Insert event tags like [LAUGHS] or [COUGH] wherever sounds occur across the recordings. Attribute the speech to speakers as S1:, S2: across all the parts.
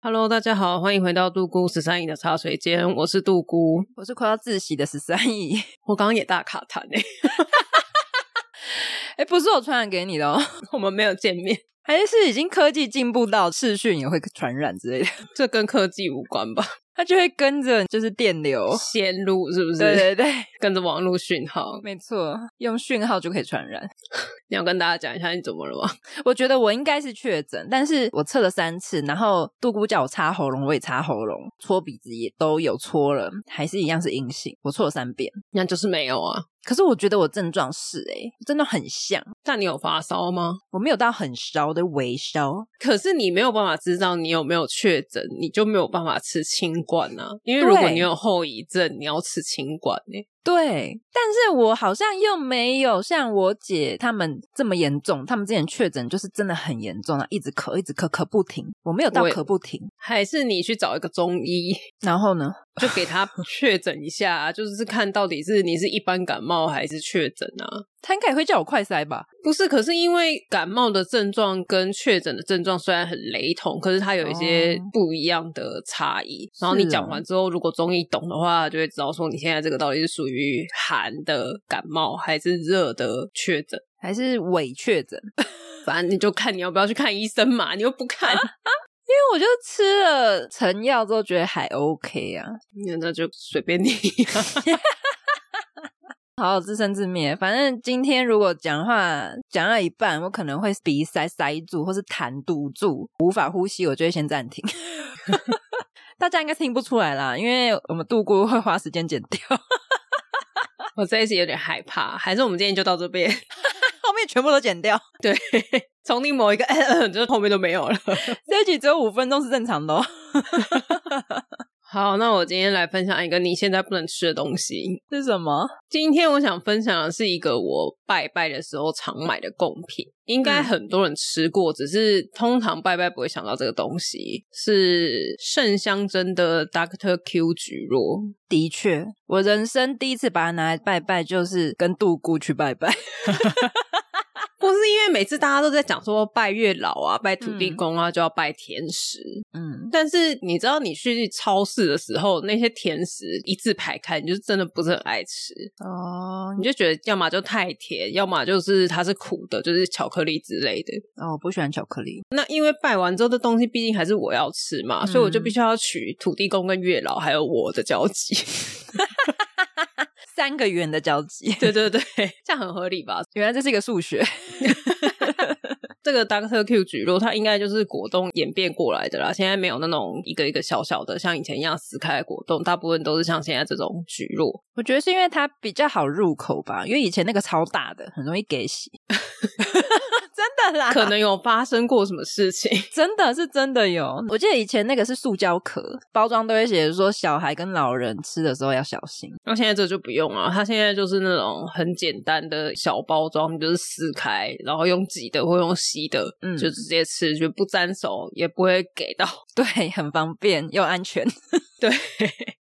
S1: Hello，大家好，欢迎回到杜姑十三姨的茶水间，我是杜姑。
S2: 我是快要窒息的十三姨。 [LAUGHS]
S1: 我刚刚也大卡痰哎、
S2: 哎、不是我传染给你的哦，
S1: [LAUGHS] 我们没有见面，
S2: 还是已经科技进步到视讯也会传染之类的， [LAUGHS]
S1: 这跟科技无关吧？
S2: 它就会跟着就是电流。
S1: 线路是不是？
S2: 对对对，
S1: [LAUGHS] 跟着网络讯号。
S2: 没错，用讯号就可以传染。
S1: 你要跟大家讲一下你怎么了吗？ [LAUGHS]
S2: 我觉得我应该是确诊，但是我测了三次，然后杜姑叫我擦喉咙，我也擦喉咙，搓鼻子也都有搓了，还是一样是阴性。我搓了三遍，
S1: 那就是没有啊。
S2: 可是我觉得我症状是诶、真的很像，
S1: 但你有发烧吗？
S2: 我没有到很烧的微烧。
S1: 可是你没有办法知道你有没有确诊，你就没有办法吃清冠啊。因为如果
S2: 对
S1: 你有后遗症，你要吃清冠哎、
S2: 对，但是我好像又没有像我姐她们这么严重，她们之前确诊就是真的很严重啊，一直咳，一直咳，咳不停。我没有到
S1: 我也
S2: 咳不停，
S1: 还是你去找一个中医，
S2: 然后呢，
S1: 就给他确诊一下、啊，就是看到底是你是一般感冒还是确诊啊？
S2: 她应该也会叫我快塞吧？
S1: 不是，可是因为感冒的症状跟确诊的症状虽然很雷同，可是它有一些
S2: 哦
S1: 不一样的差异。然后你
S2: 是哦
S1: 讲完之后，如果中医懂的话，就会知道说你现在这个到底是属于寒的感冒还是热的确诊。
S2: 还是伪确诊？
S1: 反正你就看你要不要去看医生嘛，你又不
S2: [LAUGHS]
S1: 看，
S2: 因为我就吃了成药之后觉得还 OK 啊，
S1: 那那就随便你、 [LAUGHS]
S2: 好好自生自灭。反正今天如果讲话讲到一半，我可能会鼻塞塞住，或是痰堵住，无法呼吸，我就会先暂停。 [LAUGHS] 大家应该听不出来啦，因为我们度过会花时间剪掉，
S1: 我这一集有点害怕，还是我们今天就到这边。
S2: 后面全部都剪掉。
S1: 对，从你某一个 [LAUGHS] 就是后面都没有了。
S2: 这一集只有五分钟是正常的、哦。 [LAUGHS]
S1: 好，那我今天来分享一个你现在不能吃的东西。
S2: 是什么？
S1: 今天我想分享的是一个我拜拜的时候常买的贡品，应该
S2: 嗯
S1: 很多人吃过，只是通常拜拜不会想到这个东西，是圣香珍的 Doctor Q 菊若。
S2: 的确，我人生第一次把它拿来拜拜，就是跟杜姑去拜 [LAUGHS] 拜。
S1: 不是因为每次大家都在讲说拜月老啊、拜土地公啊，就要拜甜食，
S2: 嗯，
S1: 但是你知道你去超市的时候，那些甜食一字排开，你就真的不是很爱吃。
S2: 哦
S1: 你就觉得要么就太甜，要么就是它是苦的，就是巧克力之类的。
S2: 哦，我不喜欢巧克力。
S1: 那因为拜完之后的东西，毕竟还是我要吃嘛，
S2: 嗯
S1: 所以我就必须要取土地公跟月老还有我的交集。 [LAUGHS]
S2: 三个圆的交集， [LAUGHS]
S1: 对对对，这样很合理吧？
S2: 原来这是一个数学。
S1: 这个 Doctor Q 菊若，它应该就是果冻演变过来的啦。现在没有那种一个一个小小的，像以前一样撕开的果冻，大部分都是像现在这种菊若。
S2: 我觉得是因为它比较好入口吧，因为以前那个超大的很容易给洗， [LAUGHS] 真的啦，
S1: 可能有发生过什么事情？
S2: 真的是真的有。我记得以前那个是塑胶壳，包装都会写说小孩跟老人吃的时候要小心。 [LAUGHS]
S1: 那现在这就不用啊，它现在就是那种很简单的小包装，你就是撕开，然后用挤的或用吸的，
S2: 嗯
S1: 就直接吃，就不沾手，也不会给到。 [LAUGHS]
S2: 对，很方便又安全。
S1: 对，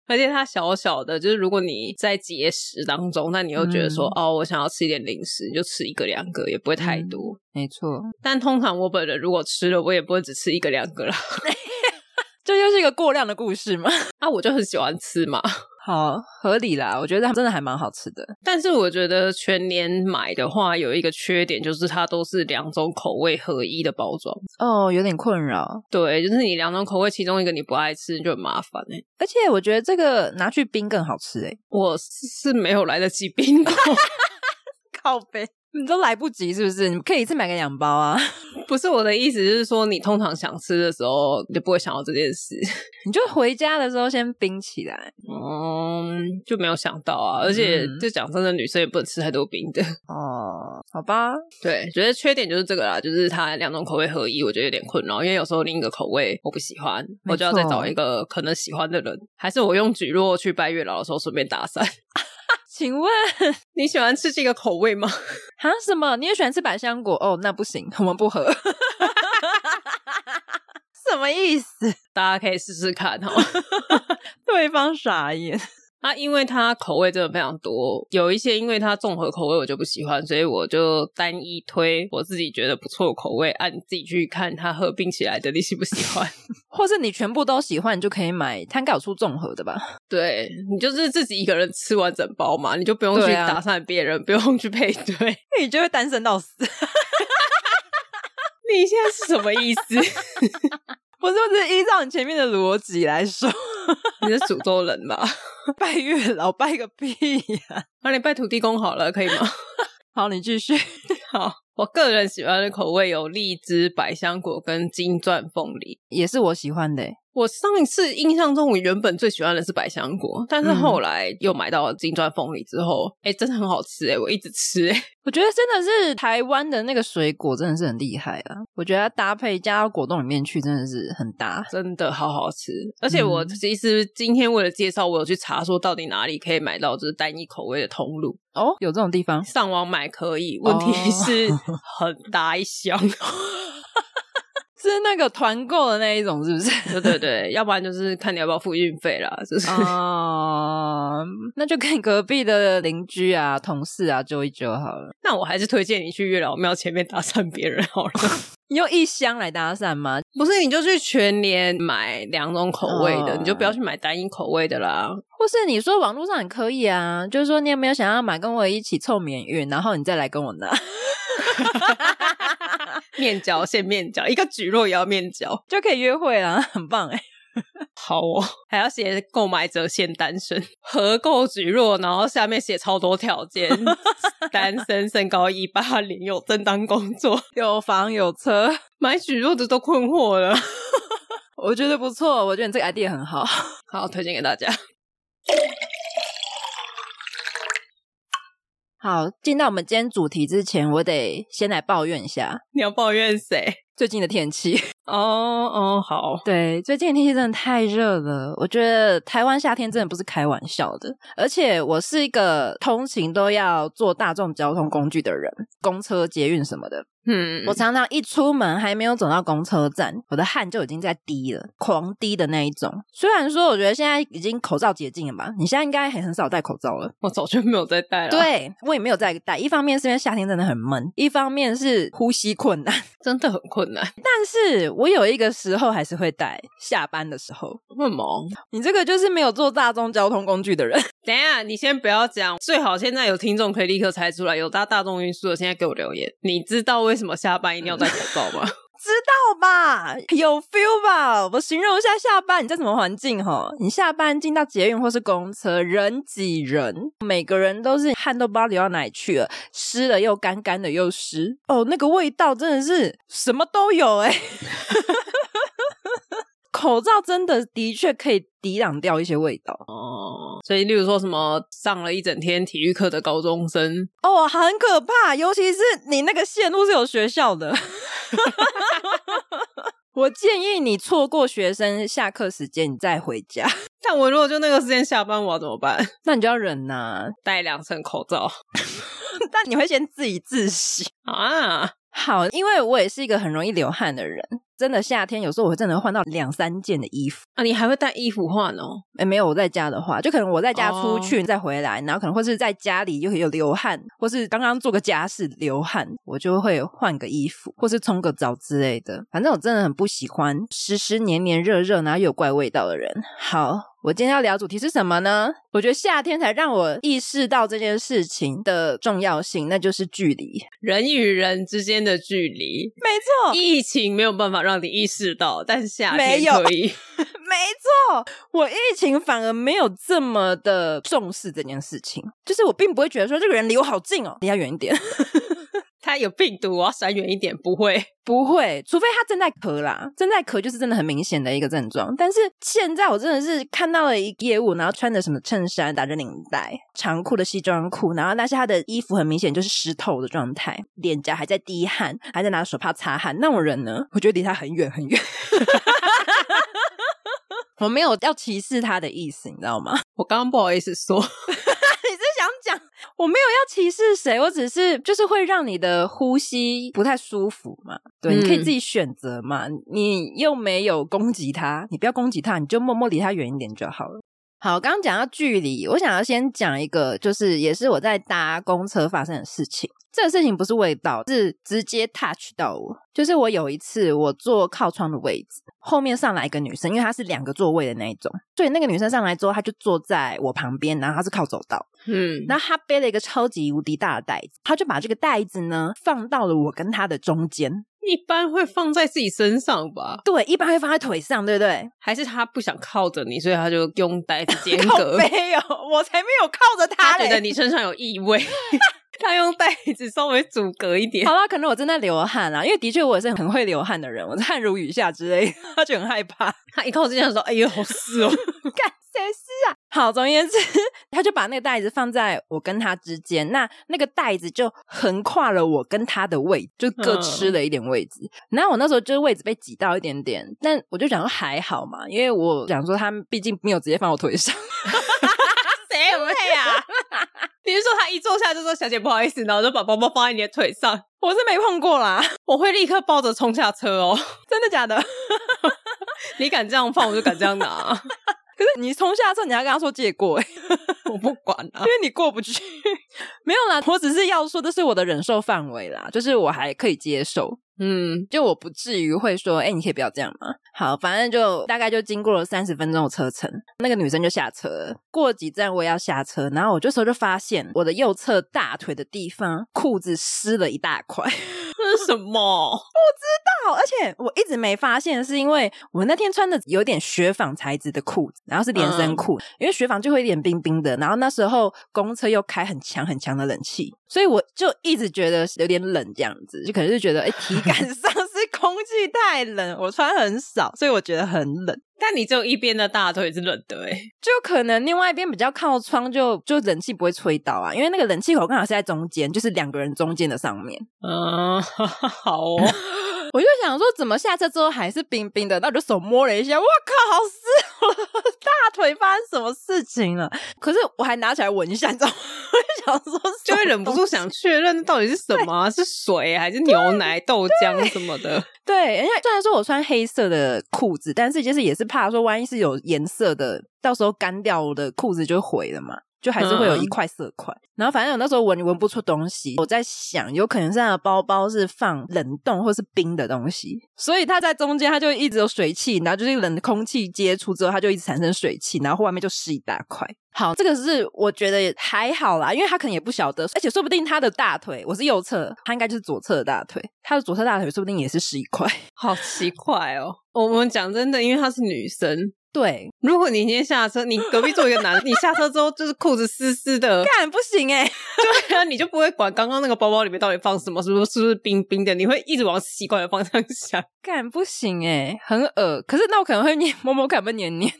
S1: 而且它小小的，就是如果你在节食当中，那你又觉得说，哦，我想要吃一点零食，你就吃一个两个，也不会太多。
S2: 没错，
S1: 但通常我本人如果吃了，我也不会只吃一个两个啦。 [LAUGHS]
S2: 这就是一个过量的故事嘛。
S1: 啊，我就很喜欢吃嘛。 [LAUGHS]
S2: 好合理啦，我觉得真的还蛮好吃的。
S1: 但是我觉得全年买的话，有一个缺点就是它都是两种口味合一的包装。
S2: 哦，有点困扰，
S1: 对，就是你两种口味其中一个你不爱吃，你就很麻烦哎、
S2: 而且我觉得这个拿去冰更好吃诶、欸
S1: 我是没有来得及冰过， [LAUGHS]
S2: 靠背，你都来不及是不是？你可以一次买个两包啊。 [LAUGHS]
S1: 不是我的意思，就是说你通常想吃的时候，你就不会想到这件事。
S2: 你就回家的时候先冰起来
S1: 嗯，就没有想到啊。而且
S2: 嗯
S1: 就讲真的，女生也不能吃太多冰的。 [LAUGHS]
S2: 哦，好吧，
S1: 对，觉得缺点就是这个啦，就是它两种口味合一，我觉得有点困扰，因为有时候另一个口味我不喜欢，
S2: 没
S1: 我就要再
S2: 错
S1: 找一个可能喜欢的人，还是我用菊若去拜月老的时候顺便搭讪。 [LAUGHS]
S2: 请问
S1: 你喜欢吃这个口味吗？ [LAUGHS]
S2: 啊什么？你也喜欢吃百香果？哦，那不行，我们不合。 [LAUGHS] 什么意思？
S1: 大家可以试试看哈。
S2: 对方傻眼。
S1: 啊，因为它口味真的非常多，有一些因为它综合口味我就不喜欢，所以我就单一推我自己觉得不错的口味，按、你自己去看它合并起来的你喜不喜
S2: [LAUGHS]
S1: 欢。
S2: 或是你全部都喜欢，你就可以买摊搞出综合的吧？
S1: 对你就是自己一个人吃完整包嘛，你就不用去
S2: 对啊
S1: 打散别人，不用去配对。 [LAUGHS]
S2: 你就会单身到死。 [LAUGHS]
S1: 你现在是什么意思？ [LAUGHS]
S2: 不是，我只是依照你前面的逻辑来说，
S1: 你是诅咒人吧？
S2: 拜月老拜个屁呀、
S1: 那、你拜土地公好了，可以吗？ [LAUGHS]
S2: 好，你继续。 [LAUGHS]
S1: 好，我个人喜欢的口味有荔枝、百香果跟金钻凤梨。
S2: 也是我喜欢的欸、
S1: 我上一次印象中，我原本最喜欢的是百香果，但
S2: 嗯
S1: 是后来又买到了金钻凤梨之后，哎、真的很好吃哎、我一直吃哎、
S2: 我觉得真的是台湾的那个水果真的是很厉害啊！我觉得它搭配加到果冻里面去真的是很搭。
S1: [LAUGHS] 真的好好吃。而且我
S2: 嗯
S1: 其实今天为了介绍，我有去查说到底哪里可以买到就是单一口味的通路，
S2: 哦，有这种地方？
S1: 上网买可以，问题
S2: 哦
S1: 是
S2: [LAUGHS]
S1: 很大一箱。 [LAUGHS]
S2: 是那个团购的那一种， [LAUGHS] 是不
S1: 对
S2: 是？
S1: 对对，要不然就是看你要不要付运费啦，就是。
S2: 哦啊、那就跟隔壁的邻居啊、同事啊揪一揪好了。
S1: [LAUGHS] 那我还是推荐你去月老庙前面搭讪别人好了，
S2: 你用一箱来搭讪吗？
S1: 不是你就去全年买两种口味的，
S2: 哦
S1: 你就不要去买单一口味的啦。
S2: 或是你说网络上也可以啊，就是说你有没有想要买，跟我一起凑免运，然后你再来跟我拿。
S1: 面交现面交，一个蒟蒻也要面交，
S2: 就可以约会啦，很棒哎、
S1: 好哦， [LAUGHS] 还要写购买者限单身，合购蒟蒻，然后下面写超多条件， [LAUGHS] 单身，身高一八零，有正当工作，
S2: 有房有车，
S1: 买蒟蒻的都困惑了。 [LAUGHS]
S2: 我觉得不错，我觉得你这个 idea 很好。
S1: 好，推荐给大家。
S2: 好，进到我们今天主题之前，我得先来抱怨一下
S1: 你要抱怨谁？
S2: 最近的天气。 [LAUGHS]
S1: 哦哦，好，
S2: 对，最近的天气真的太热了，我觉得台湾夏天真的不是开玩笑的。而且我是一个通勤都要坐大众交通工具的人，公车、捷运什么的。
S1: 嗯
S2: 我常常一出门还没有走到公车站，我的汗就已经在滴了，狂滴的那一种。虽然说我觉得现在已经口罩解禁了吧，你现在应该很很少戴口罩了。
S1: 我早就没有在戴了。，
S2: 对啊我也没有在戴，一方面是因为夏天真的很闷，一方面是呼吸困难。
S1: 真的很困难。
S2: 但是我有一个时候还是会戴，下班的时候。
S1: 为什么？
S2: 你这个就是没有坐大众交通工具的人， [LAUGHS]
S1: 等一下，你先不要讲，最好现在有听众可以立刻猜出来，有搭大众运输的，现在给我留言。你知道为什么下班一定要戴口罩吗？ [LAUGHS]
S2: 好吧？有 feel 吧？我形容一下下班，你在什么环境哈？你下班进到捷运或是公车，人挤人，每个人都是汗都不知道流到哪里去了，湿了又干，干的又湿，哦，那个味道真的是什么都有哎、 [LAUGHS] 口罩真的的确可以抵挡掉一些味道
S1: 哦，所以例如说什么上了一整天体育课的高中生，
S2: 哦，很可怕，尤其是你那个线路是有学校的。 [LAUGHS] 我建议你错过学生下课时间，你再回家，
S1: 但我如果就那个时间下班，我要怎么办？
S2: [LAUGHS] 那你就要忍呐、
S1: 戴两层口罩
S2: [LAUGHS] 但你会先自己自省。
S1: 啊？
S2: 好，因为我也是一个很容易流汗的人，真的夏天有时候我会真的换到两三件的衣服。
S1: 啊，你还会带衣服换哦？
S2: 诶没有我在家的话，就可能我在家
S1: 哦
S2: 出去再回来，然后可能或是在家里又有流汗，或是刚刚做个家事流汗，我就会换个衣服，或是冲个澡之类的。反正我真的很不喜欢湿湿黏黏热热，然后又有怪味道的人。好，我今天要聊主题是什么呢？我觉得夏天才让我意识到这件事情的重要性，那就是距离。
S1: 人与人之间的距离，
S2: 没错，
S1: 疫情没有办法让你意识到，但夏天
S2: 哦没有
S1: 可以。 [LAUGHS]
S2: 没错，我疫情反而没有这么的重视这件事情，就是我并不会觉得说这个人离我好近哦，离他远一点。 [LAUGHS]
S1: 太它有病毒，我要闪远一点，不会。
S2: 不会，除非他正在咳啦，正在咳就是真的很明显的一个症状。但是现在我真的是看到了一业务，然后穿着什么衬衫，打着领带，长裤的西装裤，然后但是他的衣服很明显就是湿透的状态，脸颊还在滴汗，还在拿手帕擦汗，那种人呢，我觉得离他很远很远。 [LAUGHS] 我没有要歧视他的意思，你知道吗？
S1: 我刚刚不好意思说，
S2: 你是想讲我没有要歧视谁，我只是就是会让你的呼吸不太舒服嘛。对，
S1: 嗯
S2: 你可以自己选择嘛。你又没有攻击他，你不要攻击他，你就默默离他远一点就好了。好，刚刚讲到距离，我想要先讲一个，就是也是我在搭公车发生的事情。这个事情不是味道，是直接 touch 到我。就是我有一次，我坐靠窗的位置，后面上来一个女生，因为她是两个座位的那一种，所以那个女生上来之后，她就坐在我旁边，然后她是靠走道。
S1: [LAUGHS] 嗯，
S2: 然后他背了一个超级无敌大的袋子，他就把这个袋子呢放到了我跟他的中间。
S1: 一般会放在自己身上吧？
S2: 对，一般会放在腿上，对不对？
S1: 还是他不想靠着你，所以他就用袋子间
S2: 靠
S1: 隔？
S2: 背哦，我才没有靠着
S1: 他
S2: 他
S1: 觉得
S2: 嘞。
S1: 你身上有异
S2: [LAUGHS]
S1: 味，他用袋子稍微阻隔一点
S2: 好。啦，可能我正在流汗啦，因为的确我也是很会流汗的人，我汗如雨下之类的， [LAUGHS] 他就很害怕。
S1: 他一靠近的时候，哎呦，好湿哦！
S2: [LAUGHS] 干谁是啊？好，总而言之， [LAUGHS] 他就把那个袋子放在我跟他之间，那那个袋子就横跨了我跟他的位，就各
S1: 嗯
S2: 吃了一点位置。然后我那时候就是位置被挤到一点点，但我就想说还好嘛，因为我想说他毕竟没有直接放我腿上， [LAUGHS]
S1: 谁会啊？你是说他一坐下就说“小姐不好意思”，然后就把包包放在你的腿上？
S2: 我是没碰过啦，
S1: 我会立刻抱着冲下车哦！
S2: 真的假的？
S1: [LAUGHS] 你敢这样放，我就敢这样拿，
S2: 可是你冲下车，你还跟他说借过、欸， [LAUGHS]
S1: 我不管啊
S2: 因！为你过不去。 [LAUGHS] 没有啦，我只是要说这是我的忍受范围啦，就是我还可以接受。
S1: 嗯，
S2: 就我不至于会说，哎、你可以不要这样吗？好，反正就大概就经过了三十分钟的车程，那个女生就下车了。过几站我也要下车，然后我这时候就发现我的右侧大腿的地方裤子湿了一大块。
S1: 这是什么？
S2: 哦，而且我一直没发现，是因为我那天穿的有点雪纺材质的裤子，然后是连身裤，因为雪纺就会有点冰冰的。然后那时候公车又开很强很强的冷气，所以我就一直觉得有点冷，这样子就可能是觉得，哎、体感 [LAUGHS] 上是空气太冷，我穿很少，所以我觉得很冷。
S1: 但你只有一边的大腿是冷的哎、
S2: 就可能另外一边比较靠窗就，就冷气不会吹到啊，因为那个冷气口刚好是在中间，就是两个人中间的上面。
S1: 嗯，好哦，
S2: 我就想说，怎么下车之后还是冰冰的？那我就手摸了一下，哇靠，好湿！我的大腿发生什么事情了？可是我还拿起来闻一下，你知道吗？ [LAUGHS] 我就想说，
S1: 就会忍不住想确认到底是什么啊、是水还是牛奶、豆浆什么的？
S2: 对，因为虽然说我穿黑色的裤子，但是就是也是怕说，万一是有颜色的，到时候干掉我的裤子就毁了嘛，就还是会有一块色块。然后反正我那时候闻闻不出东西，我在想，有可能是他的包包是放冷冻或是冰的东西，所以它在中间它就一直有水汽，然后就是冷空气接触之后，它就一直产生水汽，然后外面就湿一大块。好，这个是我觉得也还好啦，因为他可能也不晓得，而且说不定他的大腿，我是右侧，他应该就是左侧的大腿，他的左侧大腿说不定也是十一块。 [LAUGHS]
S1: 好奇怪哦！我们讲真的，因为她是女生，
S2: 对，
S1: 如果你今天下车，你隔壁坐一个男，你下车之后就是裤子湿湿的，
S2: 干不行哎、
S1: 对啊，你就不会管刚刚那个包包里面到底放什么，是不是是不是冰冰的，你会一直往奇怪的方向想，
S2: 干不行哎、很恶。可是那我可能会 [LAUGHS] 黏摸摸看，会黏黏。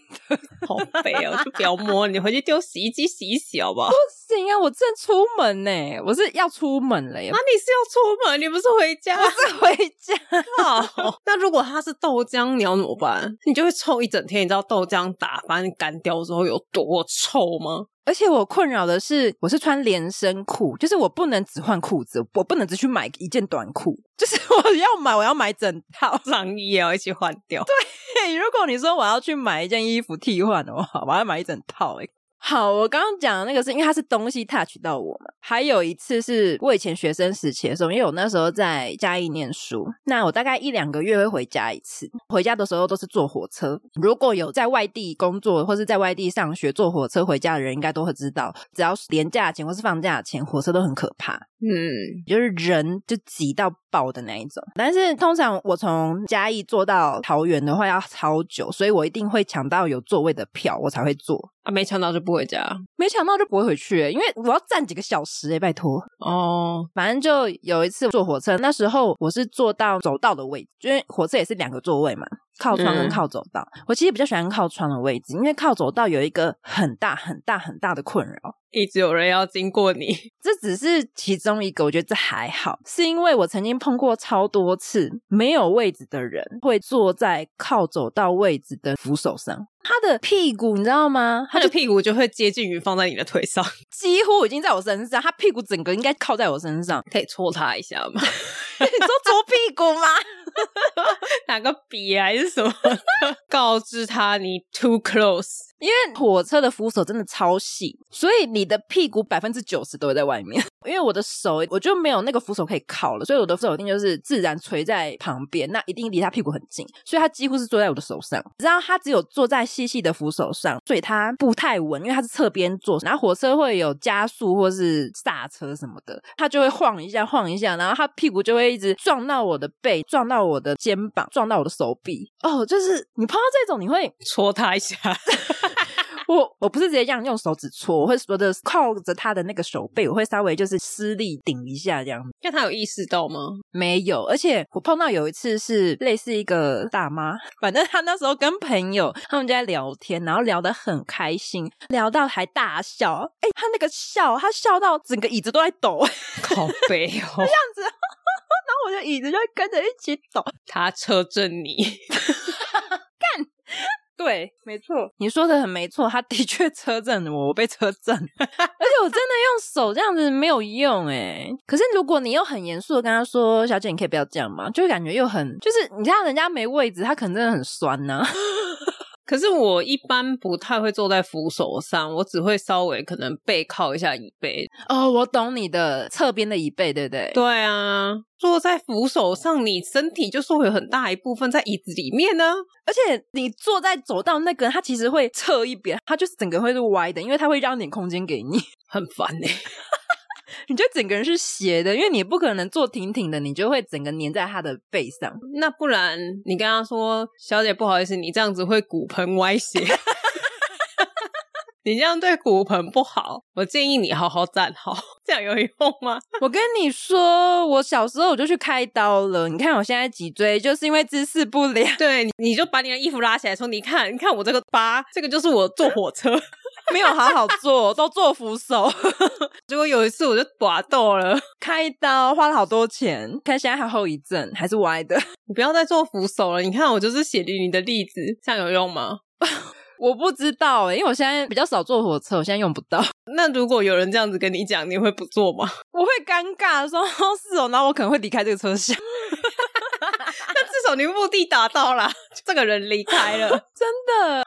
S1: 好肥哦，就不要摸，你回去丢洗衣机洗一洗好不好？
S2: 不行啊，我正出门呢、我是要出门了耶，
S1: 啊，你是要出门，你不是回家？
S2: 是回家。 [LAUGHS]
S1: 靠！ [LAUGHS] 那如果它是豆浆，你要怎么办？你就会臭一整天。你知道豆浆打翻干掉之后有多臭吗？ [LAUGHS]
S2: 而且我困扰的是，我是穿连身裤，就是我不能只换裤子，我不能只去买一件短裤，就是我要买，我要买整套。
S1: 上衣也要一起换掉。对，
S2: 嘿，如果你说我要去买一件衣服替换的话，我要买一整套哎、好，我刚刚讲的那个是因为它是东西 touch 到我嘛。还有一次是我以前学生时期的时候，因为我那时候在嘉义念书，那我大概一两个月会回家一次。回家的时候都是坐火车。如果有在外地工作或是在外地上学坐火车回家的人，应该都会知道，只要是廉价钱或是放假钱，火车都很可怕。
S1: 嗯，
S2: 就是人就挤到爆的那一种。但是通常我从嘉义坐到桃园的话要超久，所以我一定会抢到有座位的票，我才会坐。
S1: 啊，没抢到就不回家
S2: 没抢到就不会回去、欸因为我要站几个小时哎、拜托。
S1: 哦。
S2: 反正就有一次坐火车，那时候我是坐到走道的位置，因为火车也是两个座位嘛，靠窗跟
S1: 嗯
S2: 靠走道。我其实比较喜欢靠窗的位置，因为靠走道有一个很大很大很大的困扰。
S1: 一直有人要经过你，
S2: 这只是其中一个，我觉得这还好，是因为我曾经碰过超多次没有位置的人会坐在靠走道位置的扶手上，他的屁股你知道吗？
S1: 他的屁股就会接近于放在你的腿上，。
S2: 几乎已经在我身上，他屁股整个应该靠在我身上 [LAUGHS]
S1: 可以戳他一下吗？ [LAUGHS]
S2: 你说左屁股吗？
S1: 拿个笔啊还是什么的， [LAUGHS] 告知他你 too close。
S2: 因为火车的扶手真的超细，所以你的屁股百分之九十都会在外面。 [LAUGHS] 因为我的手我就没有那个扶手可以靠了，所以我的手一定就是自然垂在旁边，那一定离他屁股很近，所以他几乎是坐在我的手上。然后他只有坐在细细的扶手上，所以他不太稳，因为他是侧边坐。然后火车会有加速或是刹车什么的，他就会晃一下晃一下，然后他屁股就会一直撞到我的背，撞到我的肩膀，撞到我的手臂。哦，就是你碰到这种，你会
S1: 戳他一下， [LAUGHS]
S2: 我我不是直接这样用手指戳，我会说的靠着他的那个手背，我会稍微就是施力顶一下这样。
S1: 那他有意识到吗？ [LAUGHS]
S2: 没有，而且我碰到有一次是类似一个大妈，反正她那时候跟朋友他们就在聊天，然后聊得很开心，聊到还大笑。哎、她那个笑，她笑到整个椅子都在抖， [LAUGHS] 然
S1: 靠背哦，
S2: 后我的椅子就会跟着一起抖。
S1: 他车震你，
S2: 对，没错，你说的很没错，他的确车震我，我被车震， [LAUGHS] 而且我真的用手这样子没有用哎、可是如果你又很严肃的跟他说：“小姐，你可以不要这样嘛”，就感觉又很就是你知道人家没位置，他可能真的很酸呐、 [LAUGHS]
S1: 可是我一般不太会坐在扶手上，我只会稍微可能背靠一下椅背。
S2: 哦，我懂你的侧边的椅背，对不对？
S1: 对啊，坐在扶手上，你身体就是会有很大一部分在椅子里面呢、
S2: 而且你坐在走道那个，他其实会侧一边，他就是整个会是歪的，因为他会让点空间给你， [LAUGHS]
S1: 很烦呢、 [LAUGHS]
S2: 你就整个人是斜的，因为你不可能坐挺挺的，你就会整个粘在他的背上。
S1: 那不然你跟他说，小姐不好意思，你这样子会骨盆歪斜， [LAUGHS] 你这样对骨盆不好。我建议你好好站好，这样有用吗？ [LAUGHS]
S2: 我跟你说，我小时候我就去开刀了。你看我现在脊椎就是因为姿势不良，
S1: 对，你你就把你的衣服拉起来，说：“你看，你看我这个疤，这个就是我坐火车。 [LAUGHS]
S2: 没有好好做，都做扶手，” [LAUGHS]
S1: 结果有一次我就拔豆了，
S2: 开刀花了好多钱，看现在还有后遗症，还是歪的。
S1: 你不要再做扶手了。你看我就是写你的例子，这样有用吗？
S2: 我不知道、欸，因为我现在比较少坐火车，我现在用不到， [LAUGHS]
S1: 那如果有人这样子跟你讲，你会不做吗？ [LAUGHS]
S2: 我会尴尬说哦是哦，然后我可能会离开这个车厢。
S1: 那至少你目的达到啦，这个人离开了，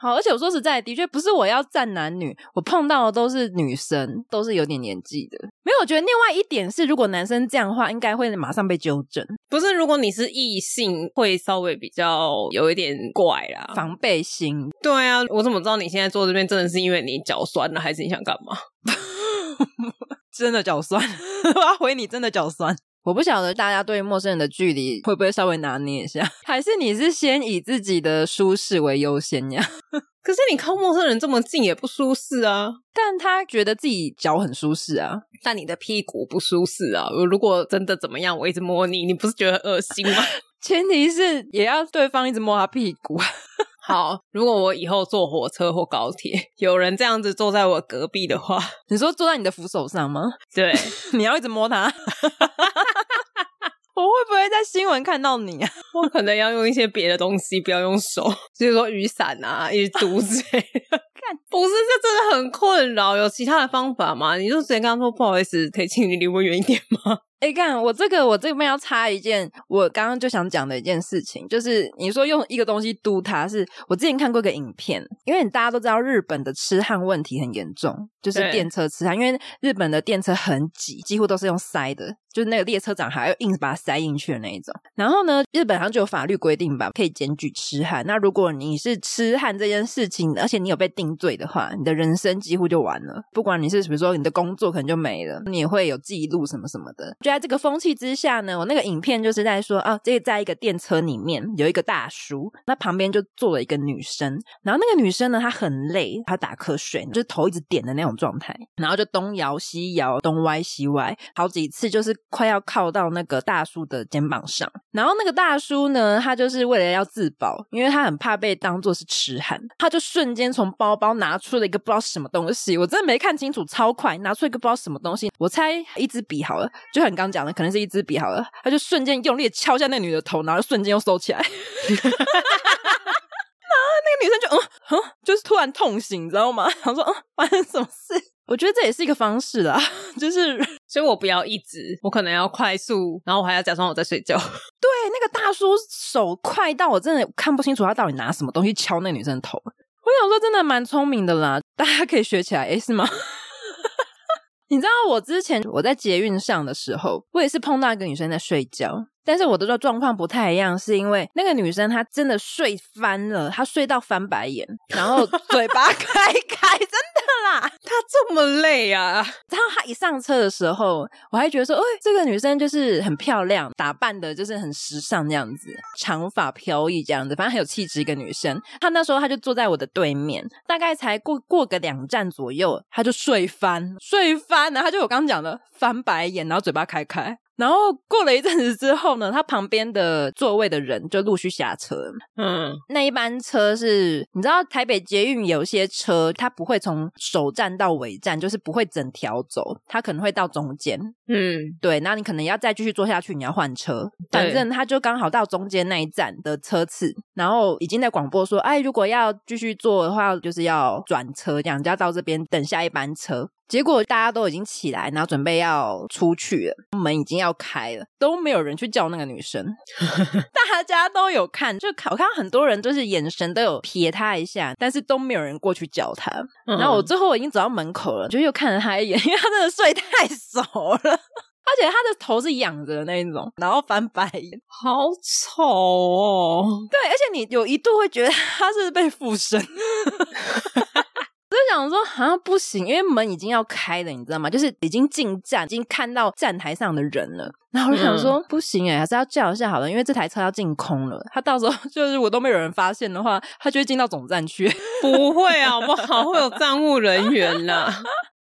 S2: 好，而且我说实在，的确不是我要站男女，我碰到的都是女生，都是有点年纪的。没有，我觉得另外一点是，如果男生这样的话，应该会马上被纠正，
S1: 不是？如果你是异性，会稍微比较有一点怪啦。
S2: 防备心 [LAUGHS]
S1: 对啊，我怎么知道你现在坐这边真的是因为你脚酸了，还是你想干嘛？
S2: 真的脚酸， [LAUGHS] 我要回你真的脚酸。我不晓得大家对陌生人的距离会不会稍微拿捏一下， [LAUGHS] 还是你是先以自己的舒适为优先呀？ [LAUGHS]
S1: 可是你靠陌生人这么近也不舒适啊。
S2: 但他觉得自己脚很舒适啊，
S1: 但你的屁股不舒适啊！我如果真的怎么样，我一直摸你，你不是觉得很恶心吗？
S2: 前提是也要对方一直摸他屁股。啊
S1: 好，如果我以后坐火车或高铁，有人这样子坐在我隔壁的话，
S2: [LAUGHS]
S1: [LAUGHS]
S2: 你说坐在你的扶手上吗？ [LAUGHS]
S1: 对，
S2: 你要一直摸他？ [LAUGHS] 我会不会在新闻看到你啊？
S1: 我可能要用一些别的东西，不要用手，比如说雨伞啊、一读之类
S2: [LAUGHS]
S1: 的。不是，这真的很困扰。有其他的方法吗？你就直接跟他说不好意思，可以请你离我远一点吗？ [LAUGHS]
S2: 哎，看我这个，我这边要插一件我刚刚就想讲的一件事情，就是你说用一个东西嘟它是，我之前看过一个影片，因为大家都知道日本的痴汉问题很严重，就是
S1: 对
S2: 电车痴汉，因为日本的电车很挤，几乎都是用塞的，就是那个列车长还要硬把它塞进去的那一种。然后呢，日本好像就有法律规定吧，可以检举痴汉。那如果你是痴汉这件事情，而且你有被定罪对的话，你的人生几乎就完了。不管你是比如说你的工作可能就没了，你也会有记录什么什么的。就在这个风气之下呢，我那个影片就是在说啊，这个在一个电车里面有一个大叔，那旁边就坐了一个女生，然后那个女生呢，她很累，她打瞌睡，就是头一直点的那种状态，然后就东摇西摇，东歪西歪，好几次就是快要靠到那个大叔的肩膀上。然后那个大叔呢，他就是为了要自保，因为他很怕被当做是痴汉，他就瞬间从包包拿出了一个不知道什么东西，我真的没看清楚，超快拿出一个不知道什么东西，我猜一支笔好了，就很刚讲的，可能是一支笔好了，他就瞬间用力地敲下那女的头，然后瞬间又收起来。 [LAUGHS] 那个女生就嗯嗯，就是突然痛醒，你知道吗？ [LAUGHS] 然后说嗯，发生什么事？我觉得这也是一个方式啦，就是
S1: 所以我不要一直，我可能要快速，然后我还要假装我在睡觉。 [LAUGHS]
S2: 对，那个大叔手快到我真的看不清楚他到底拿什么东西敲那女生的头。我想说，真的蛮聪明的啦，大家可以学起来，诶，是吗？ [LAUGHS] 你知道我之前我在捷运上的时候，我也是碰到一个女生在睡觉，但是我的状况不太一样，是因为那个女生她真的睡翻了，她睡到翻白眼，然后嘴巴开开，真的啦，
S1: 他这么累啊？
S2: 然后她一上车的时候，我还觉得说，哎、这个女生就是很漂亮，打扮的就是很时尚这样子，长发飘逸这样子，反正很有气质一个女生。她那时候她就坐在我的对面，大概才过过个两站左右，她就睡翻，睡翻，然后她就我刚刚讲的翻白眼，然后嘴巴开开。然后过了一阵子之后呢，她旁边的座位的人就陆续下车了，
S1: 嗯，
S2: 那一班车是，你知道台北捷运有些车，它不会从首站到尾站，就是不会整条走，它可能会到中间。
S1: 嗯，
S2: 对，那你可能要再继续坐下去，你要换车。
S1: 对
S2: 反正它就刚好到中间那一站的车次，然后已经在广播说，哎，如果要继续坐的话，就是要转车，这样就要到这边等下一班车。结果大家都已经起来，然后准备要出去了，门已经要开了，都没有人去叫那个女生。大家都有看，就看我看到很多人就是眼神都有瞥他一下，但是都没有人过去叫他。然
S1: 然
S2: 后我最后我已经走到门口了，就又看了他一眼，因为他真的睡太熟了，而且他的头是仰着的那一种，然后翻白眼。
S1: 好丑哦，
S2: 对，而且你有一度会觉得他是被附身。 [LAUGHS] 我就想说，好、像不行，因为门已经要开了，你知道吗？就是已经进站，已经看到站台上的人了。然后我就想说，不行哎、还是要叫一下好了，因为这台车要进空了。他到时候 [LAUGHS] 就是如果都没有人发现的话，他就会进到总站区。
S1: 不会啊，好不好？会
S2: [LAUGHS]
S1: 有站务人员啦。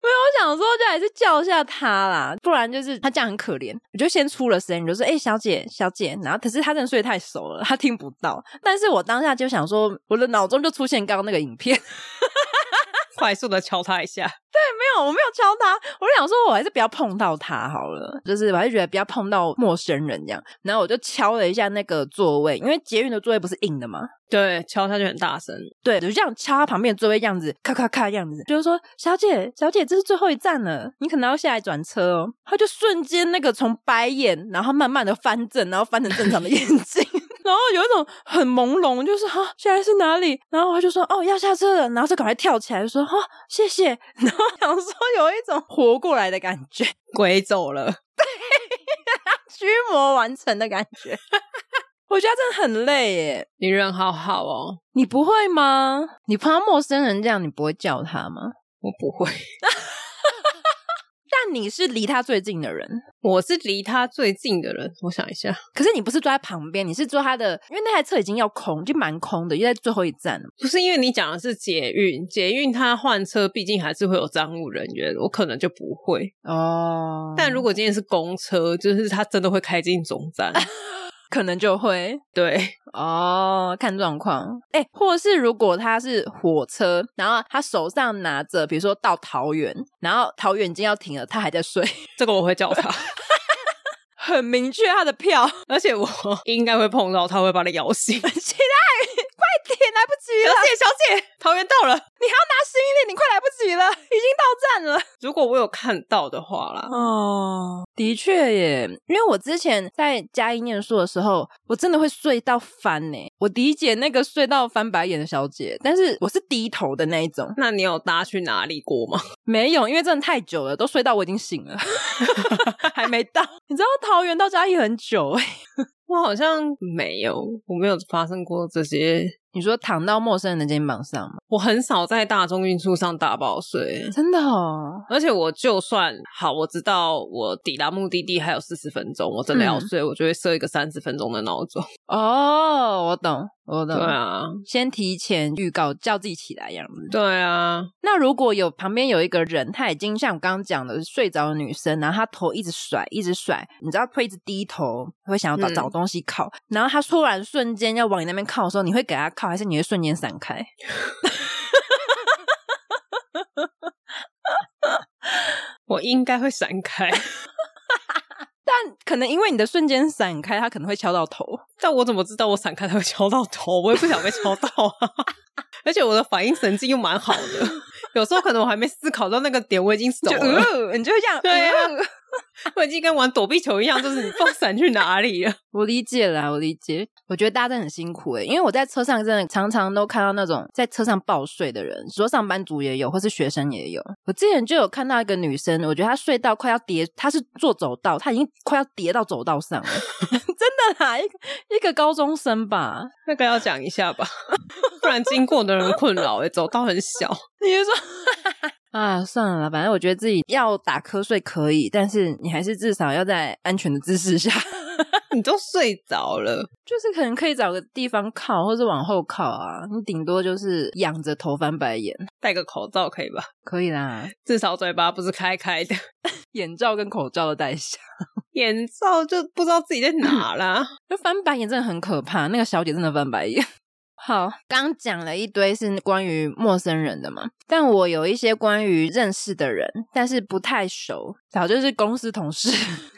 S2: 我想说，就还是叫一下他啦，不然就是他这样很可怜。我就先出了声，你就说：“哎、小姐，小姐。”然后可是他真的睡太熟了，他听不到。但是我当下就想说，我的脑中就出现刚刚那个影片， [LAUGHS]
S1: 快速的敲他一下，
S2: 没有，我没有敲他，我就想说，我还是不要碰到他好了，就是我还是觉得不要碰到陌生人这样。然后我就敲了一下那个座位，因为捷运的座位不是硬的嘛，
S1: 对，敲他就很大声。
S2: 对，我就这样敲他旁边的座位，这样子咔咔咔这样子，就是说小姐，小姐，这是最后一站了，你可能要下来转车哦。他就瞬间那个从白眼，然后慢慢的翻正，然后翻成正常的 [LAUGHS] 眼睛。然后有一种很朦胧，就是哈、啊，现在是哪里？然后他就说哦，要下车了，然后就赶快跳起来说哈、谢谢。然后想说有一种活过来的感觉，
S1: 鬼走了，
S2: 驱魔完成的感觉。 [LAUGHS] 我觉得真的很累耶，
S1: 你人好好哦，
S2: 你不会吗？你碰到陌生人这样，你不会叫他吗？
S1: 我不会，
S2: 但你是离他最近的人，
S1: [LAUGHS] 我是离他最近的人。我想一下，
S2: 可是你不是坐在旁边，你是坐他的，因为那台车已经要空，就蛮空的，因为在最后一站了。
S1: 不是因为你讲的是捷运，捷运它换车毕竟还是会有站务人员，我可能就不会。
S2: 哦
S1: 但如果今天是公车，就是它真的会开进总 [LAUGHS] 站，
S2: 可能就会
S1: 对，
S2: 哦，看状况。哎、或者是如果他是火车，然后他手上拿着，比如说到桃园，然后桃园已经要停了，他还在睡， [LAUGHS]
S1: 这个我会叫他，
S2: 很明确他的票， [LAUGHS]
S1: 而且我 [LAUGHS] 应该会碰到他，会把他摇 [LAUGHS] 醒。
S2: 期待，快点，来不及
S1: 小
S2: 了， [LAUGHS]
S1: 姐，小姐，桃园到了。
S2: 你还要拿行李，你快来不及了，已经到站了。
S1: 如果我有看到的话啦，
S2: 哦，的确耶，因为我之前在嘉义念书的时候，我真的会睡到翻呢。我理解那个睡到翻白眼的小姐，但是我是低头的那一种，
S1: 那你有搭去哪里过吗？ [LAUGHS]
S2: 没有，因为真的太久了，都睡到我已经醒了， [LAUGHS] 还没到。你知道桃园到嘉义很久哎，
S1: 我好像没有，我没有发生过这些
S2: [LAUGHS] 你说躺到陌生人的肩膀上吗？
S1: 我很少在大众运输上打包睡，
S2: 真的哦，
S1: 而且我就算好，我知道我抵达目的地还有四十分钟，我真的要
S2: 嗯
S1: 睡，我就会设一个三十分钟的闹钟。
S2: 哦，我懂，我懂。
S1: 对啊，
S2: 先提前预告，叫自己起来样子。
S1: 对啊，
S2: 那如果有旁边有一个人，他已经像我刚刚讲的睡着的女生，然后她头一直甩，一直甩，你知道会一直低头，会想要
S1: 嗯
S2: 找、找东西靠，然后她突然瞬间要往你那边靠的时候，你会给她靠，还是你会瞬间闪开？
S1: 我应该会闪开，
S2: 但可能因为你的瞬间闪开，她可能会敲到头。
S1: 但我怎么知道我闪开他会敲到头？我也不想被敲到啊。 [LAUGHS] 而且我的反应神经又蛮好的，有时候可能我还没思考到那个点，我已经走
S2: 就
S1: 了，
S2: 呃，你就会这样。
S1: 对啊
S2: 呃
S1: 我已经跟玩躲避球一样，就是你不知道闪去哪里了。
S2: 我理解啦，我理解。我觉得大家真的很辛苦欸诶、因为我在车上真的常常都看到那种在车上暴睡的人，说上班族也有，或是学生也有。我之前就有看到一个女生，我觉得她睡到快要跌，她是坐走道，她已经快要跌到走道上了， [LAUGHS] 真的啦，一个一个高中生吧。
S1: 那个要讲一下吧， [LAUGHS] 不然经过的人困扰哎、走道很小。
S2: 你就说啊，算了啦，反正我觉得自己要打瞌睡可以，但是你还是至少要在安全的姿势下。 [LAUGHS]
S1: 你都睡着了，
S2: 就是可能可以找个地方靠，或是往后靠啊。你顶多就是仰着头翻白眼，
S1: 戴个口罩可以吧？
S2: 可以啦。
S1: 至少嘴巴不是开开的，
S2: 眼罩跟口罩都戴上，
S1: 眼罩就不知道自己在哪啦。
S2: 就翻白眼真的很可怕。那个小姐真的翻白眼。 [LAUGHS] 好，刚讲了一堆是关于陌生人的嘛，但我有一些关于认识的人，但是不太熟，早就是公司同事。 [LAUGHS]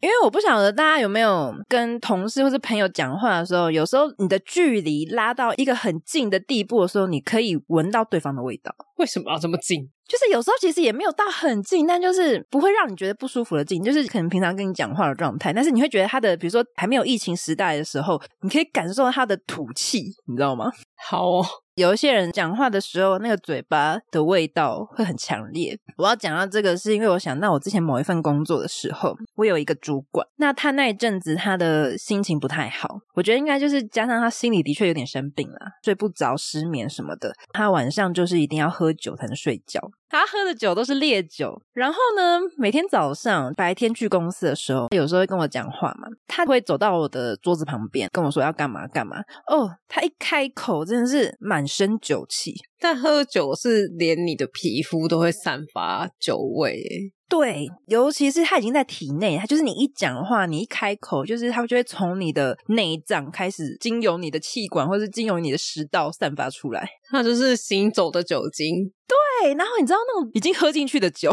S2: 因为我不晓得大家有没有跟同事或是朋友讲话的时候，有时候你的距离拉到一个很近的地步的时候，你可以闻到对方的味道。
S1: 为什么要这么近？
S2: 就是有时候其实也没有到很近，但就是不会让你觉得不舒服的近，就是可能平常跟你讲话的状态，但是你会觉得他的，比如说还没有疫情时代的时候，你可以感受到他的土气，你知道吗？
S1: 好哦，
S2: 有一些人讲话的时候，那个嘴巴的味道会很强烈。我要讲到这个，是因为我想到我之前某一份工作的时候，我有一个主管，那他那一阵子他的心情不太好，我觉得应该就是加上他心里的确有点生病啦，睡不着、失眠什么的，他晚上就是一定要喝酒才能睡觉。他喝的酒都是烈酒，然后呢，每天早上白天去公司的时候，有时候会跟我讲话嘛，他会走到我的桌子旁边跟我说要干嘛干嘛，哦，他一开口真的是满身酒气。
S1: 但喝酒是连你的皮肤都会散发酒味欸耶，
S2: 对，尤其是他已经在体内，他就是你一讲话，你一开口，就是他就会从你的内脏开始，经由你的气管或是经由你的食道散发出来。
S1: 那就是行走的酒精，
S2: 对，然后你知道那种已经喝进去的酒， [LAUGHS]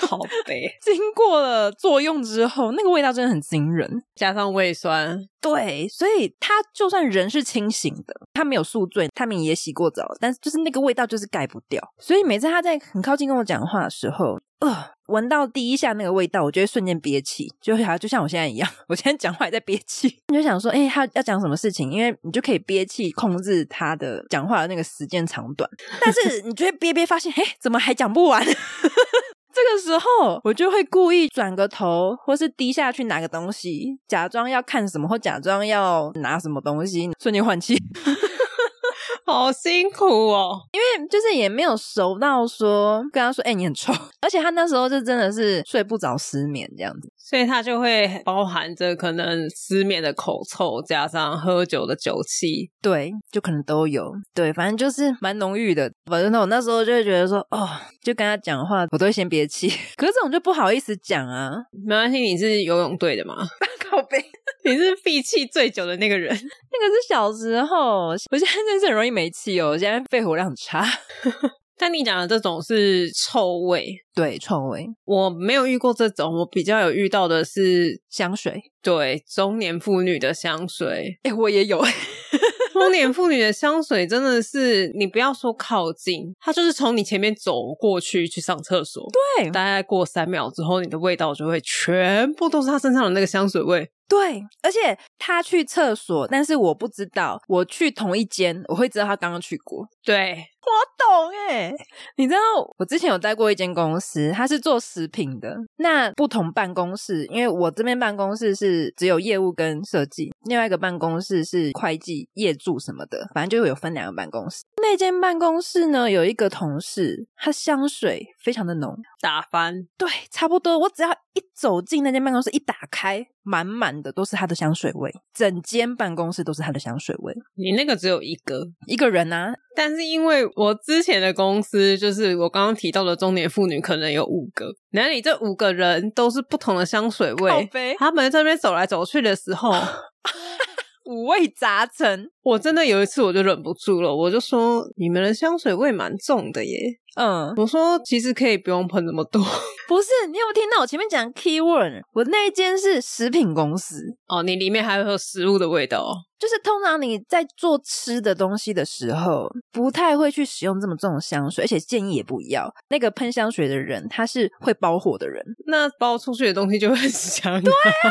S1: 靠背
S2: 经过了作用之后，那个味道真的很惊人。
S1: 加上胃酸，
S2: 对，所以他就算人是清醒的，他没有宿醉，他们也洗过澡，但是就是那个味道就是盖不掉。所以每次他在很靠近跟我讲话的时候，呃，闻到第一下那个味道，我就会瞬间憋气，就好像就像我现在一样，我现在讲话也在憋气。 [LAUGHS] 你就想说，哎、他要讲什么事情？因为你就可以憋气控制他的讲话的那个时间长短，但是你就会憋憋发现，哎、怎么还讲不完？这个时候，我就会故意转个头，或是低下去拿个东西，假装要看什么，或假装要拿什么东西，瞬间换气。 [LAUGHS]
S1: 好辛苦哦。
S2: 因为就是也没有熟到说跟他说，哎、你很臭。 [LAUGHS] 而且他那时候就真的是睡不着、失眠这样子。
S1: 所以它就会包含着可能失眠的口臭，加上喝酒的酒气，
S2: 对，就可能都有。对，反正就是蛮浓郁的。反正我那时候就会觉得说，哦，就跟他讲话，我都会先憋气。 [LAUGHS] 可是这种就不好意思讲啊，
S1: 没关系，你是游泳队的嘛？
S2: [LAUGHS] 靠背。
S1: 你是闭气最久的那个人，
S2: [LAUGHS] 那个是小时候，我现在真的是很容易没气哦，我现在肺活量很差。 [LAUGHS]
S1: 但你讲的这种是臭味，
S2: 对，臭味。
S1: 我没有遇过这种，我比较有遇到的是
S2: 香水。，
S1: 对中年妇女的香水
S2: 哎、我也有，
S1: 中年妇女的香水真的是你不要说靠近，它就是从你前面走过去去上厕所，
S2: 对
S1: 大概过三秒之后，你的味道就会全部都是她身上的那个香水味，
S2: 对，而且他去厕所，但是我不知道，我去同一间，我会知道他刚刚去过。
S1: 对，
S2: 懂哎、你知道我之前有待过一间公司，它是做食品的。那不同办公室，因为我这边办公室是只有业务跟设计，另外一个办公室是会计、业主什么的，反正就是有分两个办公室。那间办公室呢，有一个同事，他香水非常的浓，
S1: 打翻，
S2: 对，差不多。我只要一走进那间办公室，一打开，满满的都是他的香水味，整间办公室都是他的香水味。
S1: 你那个只有一个。
S2: 一个人啊，
S1: 但是因为我之前的公司，就是我刚刚提到的中年妇女，可能有五个，然后你这五个人都是不同的香水味，
S2: 杯
S1: 他们在那边走来走去的时候，
S2: 五味杂陈。
S1: 我真的有一次我就忍不住了，我就说你们的香水味蛮重的耶，
S2: 嗯，
S1: 我说其实可以不用喷那么多。
S2: 不是，你有没有听到我前面讲 keyword？我那一间是食品公司，
S1: 哦，你里面还会有食物的味道哦。
S2: 就是通常你在做吃的东西的时候，不太会去使用这么重的香水，而且建议也不要。那个喷香水的人，他是会包火的人。
S1: 那包出去的东西就会很香、 [LAUGHS] 对啊，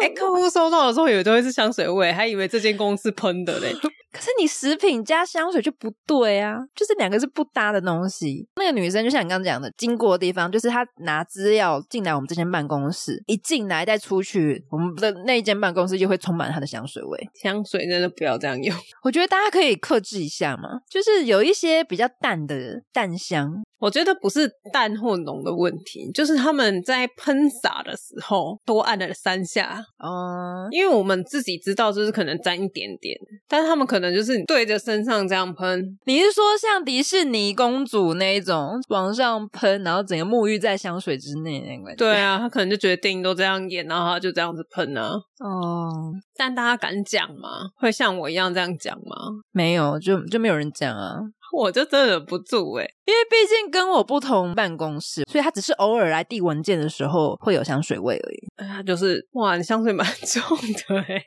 S2: 那
S1: 哎、客户收到的时候以为都会是香水味，还以为这间公司喷的嘞。 [LAUGHS]
S2: 可是你食品加香水就不对啊，就是两个是不搭的东西。那个女生就像你刚刚讲的，经过的地方，就是她拿资料进来我们这间办公室，一进来再出去，我们的那一间办公室就会充满她的香水味。
S1: 香水真的不要这样用。
S2: 我觉得大家可以克制一下嘛，就是有一些比较淡的淡香，
S1: 我觉得不是淡或浓的问题，就是他们在喷洒的时候多按了三下，
S2: 嗯，
S1: 因为我们自己知道就是可能沾一点点，但他们可能就是对着身上这样喷，
S2: 你是说像迪士尼公主那一种往上喷，然后整个沐浴在香水之内那个？
S1: 对，啊，他可能就觉得电影都这样演，然后他就这样子喷啊。
S2: 哦，
S1: 但大家敢讲吗？会像我一样这样讲吗？
S2: 没有，就就没有人讲啊。
S1: 我就真的忍不住哎、
S2: 因为毕竟跟我不同办公室，所以他只是偶尔来递文件的时候会有香水味而已，
S1: 欸，他就是哇，你香水蛮 [LAUGHS] 重的哎、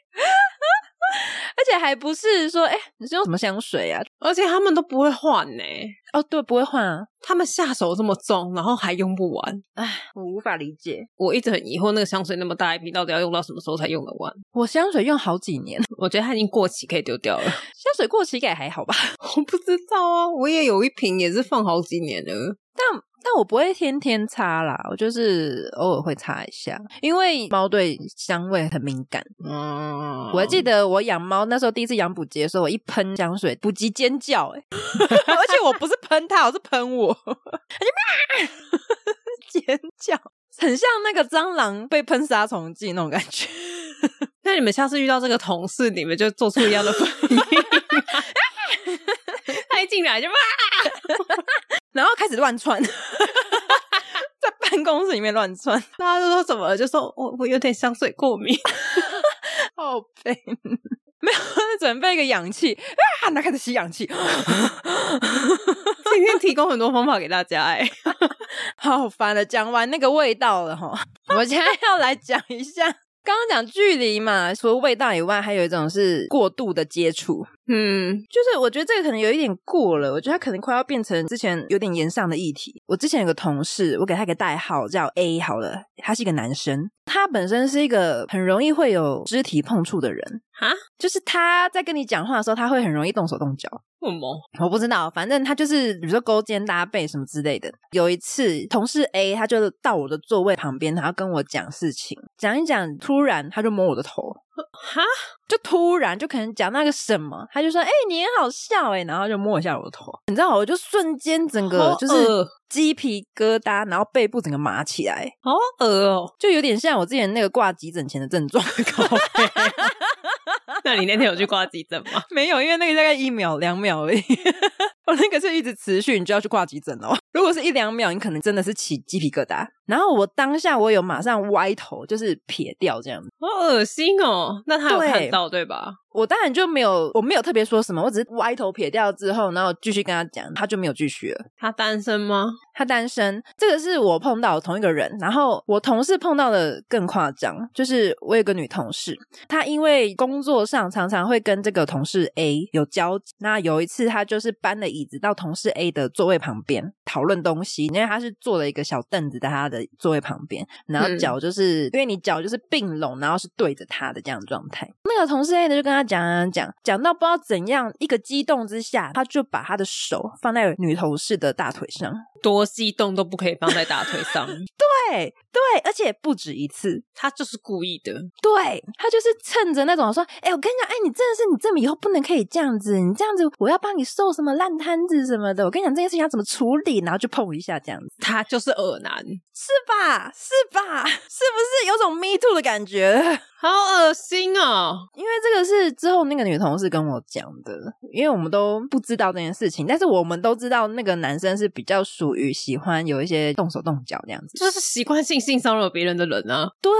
S2: 而且还不是说，哎、你是用什么香水啊？
S1: 而且他们都不会换呢、
S2: 哦，对，不会换啊，
S1: 他们下手这么重，然后还用不完。
S2: 我无法理解，
S1: 我一直很疑惑，那个香水那么大一瓶，到底要用到什么时候才用得完？
S2: 我香水用好几年，
S1: 我觉得它已经过期，可以丢掉了。 [LAUGHS]
S2: 香水过期改还好吧， [LAUGHS]
S1: 我不知道啊，我也有一瓶，也是放好几年了。
S2: 但但我不会天天擦啦，我就是偶尔会擦一下，因为猫对香味很敏感。
S1: 嗯，
S2: 我还记得我养猫那时候第一次养补吉的时候，我一喷香水，补吉尖叫、欸， [LAUGHS] 而且我不是喷它，我是喷我， [LAUGHS] 它就 [LAUGHS] 尖叫，很像那个蟑螂被喷杀虫剂那种感觉。 [LAUGHS]
S1: 那你们下次遇到这个同事，你们就做出一样的 [LAUGHS] 反应。他一进来就哇，
S2: 然后开始乱窜， [LAUGHS] 在办公室里面乱窜，
S1: 大家都说怎么了？就说我我有点香水过
S2: [LAUGHS]
S1: 敏。
S2: 好悲。 [LAUGHS] 没有，准备一个氧气啊，那开始吸氧
S1: [LAUGHS]
S2: 气，
S1: 今天提供很多方法给大家、哎，
S2: 好烦了，讲完那个味道
S1: [LAUGHS]
S2: 了哈，我现在要来讲一下。刚刚讲距离嘛，除了味道以外，还有一种是过度的接触，
S1: 嗯，
S2: 就是我觉得这个可能有一点过了，我觉得它可能快要变成之前有点延上的议题。我之前有个同事，我给他一个代号叫 A 好了，他是一个男生，他本身是一个很容易会有肢体碰触的人，
S1: 哈，
S2: 就是他在跟你讲话的时候，他会很容易动手动脚。
S1: 为什么？
S2: 我不知道，反正他就是比如说勾肩搭背什么之类的。有一次，同事 A 他就到我的座位旁边，然后跟我讲事情，讲一讲，突然他就摸我的头，
S1: 哈，
S2: 就突然就可能讲那个什么，他就说：“哎、你很好笑哎、然后就摸一下我的头，你知道，我就瞬间整个
S1: 好
S2: 就是
S1: 恶
S2: 鸡皮疙瘩，然后背部整个麻起来，
S1: 好恶哦、
S2: 就有点像我之前那个挂急诊前的症状。
S1: 那你那天有去挂急诊吗？
S2: [LAUGHS] 没有，因为那个大概一秒两秒而已。 [LAUGHS] 我那个是一直持续，你就要去挂急诊哦。如果是一两秒，你可能真的是起鸡皮疙瘩。然后我当下我有马上歪头，就是撇掉这样子。
S1: 好恶心哦、那他有
S2: 对
S1: 看到对吧？
S2: 我当然就没有，我没有特别说什么，我只是歪头撇掉之后，然后继续跟他讲，他就没有继续了。
S1: 他单身吗？
S2: 他单身，这个是我碰到的同一个人，然后我同事碰到的更夸张，就是我有个女同事，她因为工作上常常会跟这个同事 A 有交集。那有一次，他就是搬了椅子到同事 A 的座位旁边讨论东西，因为他是坐了一个小凳子在他的座位旁边，然后
S1: 嗯
S2: 脚就是、因为你脚就是并拢，然后是对着他的这样的状态。那个同事 A 呢就跟他讲讲讲，讲到不知道怎样，一个激动之下，他就把他的手放在女同事的大腿上。
S1: 多激动都不可以放在大腿上，
S2: 对对，而且不止一次，
S1: 他就是故意的。
S2: 对他就是趁着那种说，哎、我跟你讲，哎、你真的是你这么以后不能可以这样子，你这样子我要帮你收什么烂摊子什么的。我跟你讲这件事情要怎么处理，然后就碰一下这样子，
S1: 他就是恶男，
S2: 是吧？是吧？ [LAUGHS] 是不是有种 me too 的感觉？ [LAUGHS]
S1: 好恶心哦！
S2: 因为这个是之后那个女同事跟我讲的，因为我们都不知道这件事情，但是我们都知道那个男生是比较属于喜欢有一些动手动脚这样子。
S1: 就是习惯性性骚扰别人的人啊，
S2: 对，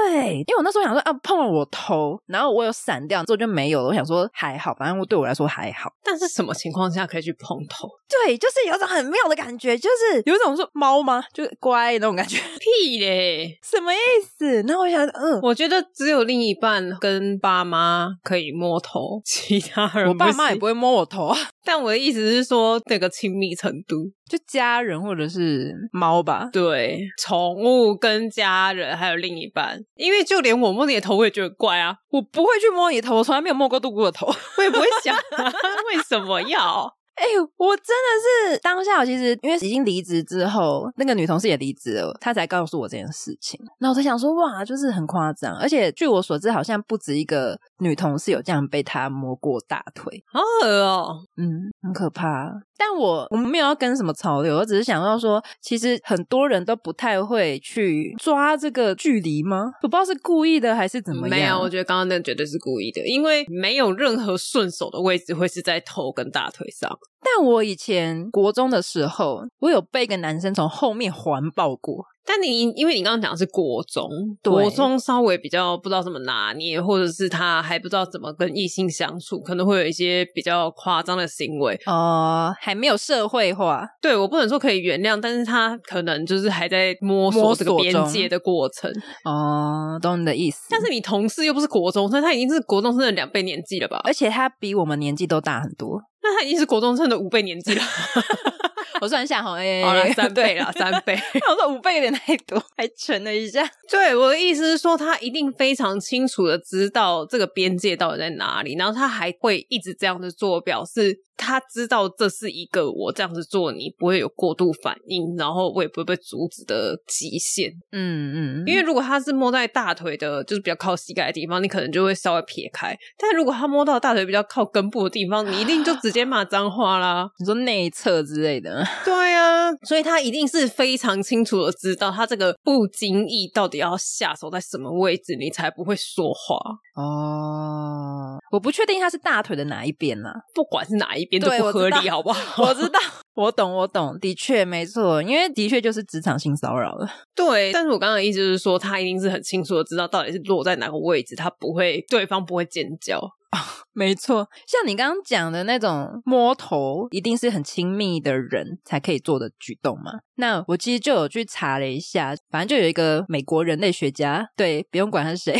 S2: 因为我那时候想说啊，碰了我头，然后我有闪掉，之后就没有了。我想说还好，反正我对我来说还好。
S1: 但是什么情况下可以去碰头？
S2: 对，就是有一种很妙的感觉，就是有一种说猫吗？就是乖那种感觉，
S1: 屁嘞！
S2: 什么意思？然后我想，嗯，
S1: 我觉得只有另一半跟爸妈可以摸头，其他人
S2: 我爸妈也
S1: 行
S2: 不。会摸我头啊，
S1: 但我的意思是说，那个亲密程度，
S2: 就家人或者是猫吧。
S1: 对宠物跟家人还有另一半，因为就连我摸你的头，我也觉得怪啊，
S2: 我不会去摸你的头，我从来没有摸过杜姑的头。
S1: 我也不会想、啊、 [LAUGHS] 为什么要。
S2: 哎、我真的是当下，我其实因为已经离职之后，那个女同事也离职了，她才告诉我这件事情。那我在想说，哇，就是很夸张，而且据我所知，好像不止一个女同事有这样被她摸过大腿。
S1: 好恶哦、
S2: 嗯，很可怕。但我我们没有要跟什么潮流，我只是想到说，其实很多人都不太会去抓这个距离吗？我不知道是故意的还是怎么样。
S1: 没有，我觉得刚刚那个绝对是故意的，因为没有任何顺手的位置会是在头跟大腿上。
S2: 但我以前国中的时候，我有被一个男生从后面环抱过。
S1: 但你因为你刚刚讲的是国中，
S2: 对
S1: 国中稍微比较不知道怎么拿捏，或者是他还不知道怎么跟异性相处，可能会有一些比较夸张的行为。
S2: 哦，还没有社会化，
S1: 对我不能说可以原谅，但是他可能就是还在摸
S2: 摸
S1: 索
S2: 索
S1: 这
S2: 中
S1: 个边界的过程。
S2: 哦，懂你的意思。
S1: 但是你同事又不是国中生，他已经是国中生的两倍年纪了吧？
S2: 而且他比我们年纪都大很多。
S1: 那他已经是国中生的五倍年
S2: [LAUGHS]
S1: 纪了。
S2: 我算一下哈，哎、
S1: 好了，三倍了，三
S2: [LAUGHS]
S1: 倍。
S2: 我说五倍有点太多，还沉了一下。
S1: 对，我的意思是说，他一定非常清楚的知道这个边界到底在哪里，然后他还会一直这样子做，表示他知道这是一个我这样子做你不会有过度反应，然后我也不会被阻止的极限。
S2: [LAUGHS] 嗯嗯，
S1: 因为如果他是摸在大腿的，就是比较靠膝盖的地方，你可能就会稍微撇开；但如果他摸到大腿比较靠根部的地方，你一定就直接骂脏话
S2: [LAUGHS]
S1: 啦。
S2: 你说内侧之类的，
S1: 对啊，所以他一定是非常清楚的知道他这个不经意到底要下手在什么位置，你才不会说话。
S2: 哦，我不确定他是大腿的哪一边呢、
S1: 不管是哪一边都
S2: 对
S1: 不合
S2: 我知
S1: 理，
S2: 道
S1: 好不好？
S2: 知道， [LAUGHS] 我懂，我懂，的确没错，因为的确就是职场性骚扰了。
S1: [LAUGHS] 对，但是我刚刚的意思就是说，他一定是很清楚的知道到底是落在哪个位置，他不会，对方不会尖叫。
S2: 没错，像你刚刚讲的那种摸头，一定是很亲密的人才可以做的举动嘛。那我其实就有去查了一下，反正就有一个美国人类学家，对，不用管他是谁，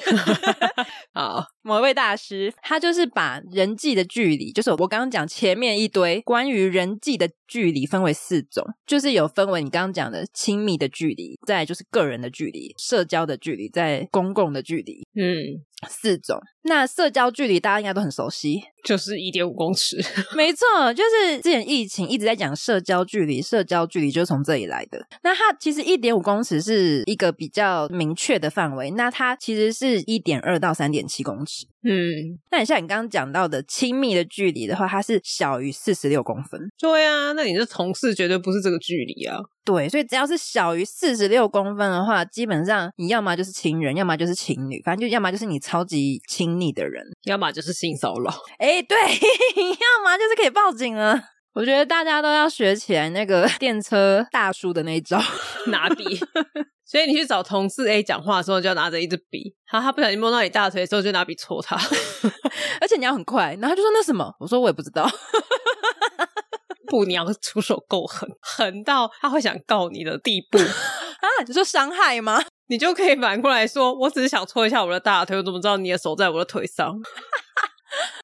S2: [LAUGHS]
S1: 啊，
S2: 某一位大师，他就是把人际的距离，就是我刚刚讲前面一堆关于人际的距离分为四种，就是有分为你刚刚讲的亲密的距离，再来就是个人的距离、社交的距离、在公共的距离
S1: 嗯，
S2: 四种。那社交距离大家应该都很熟悉，
S1: 就是一点五公尺。 [LAUGHS]
S2: 没错，就是之前疫情一直在讲社交距离，社交距离就是从这里来的。那它其实一点五公尺是一个比较明确的范围，那它其实是一点二到三点七公尺。
S1: 嗯，
S2: 那你像你刚刚讲到的亲密的距离的话，它是小于四十六公分。
S1: 对啊，那你的同事绝对不是这个距离啊。
S2: 对，所以只要是小于四十六公分的话，基本上你要么就是情人，要么就是情侣，反正就要么就是你超级亲密的人。
S1: 要么就是性骚 [LAUGHS] 扰，
S2: 哎，对， [LAUGHS] 要么就是可以报警了。我觉得大家都要学起来那个 [LAUGHS] 电车大叔的那一招。
S1: 拿笔。所以你去找同事 A 讲话的时候，就要拿着一支笔。他他不小心摸到你大腿的时候，就拿笔戳 [LAUGHS] 他。
S2: 而且你要很快。然后他就说那什么，我说我也不知道。啊
S1: 不，你要 [LAUGHS] 出手够狠，狠到他会想告你的地步。
S2: 啊，你说伤害吗？ [LAUGHS]
S1: 你就可以反过来说，我只是想搓一下我的大腿，我怎么知道你的手在我的腿上？ [LAUGHS]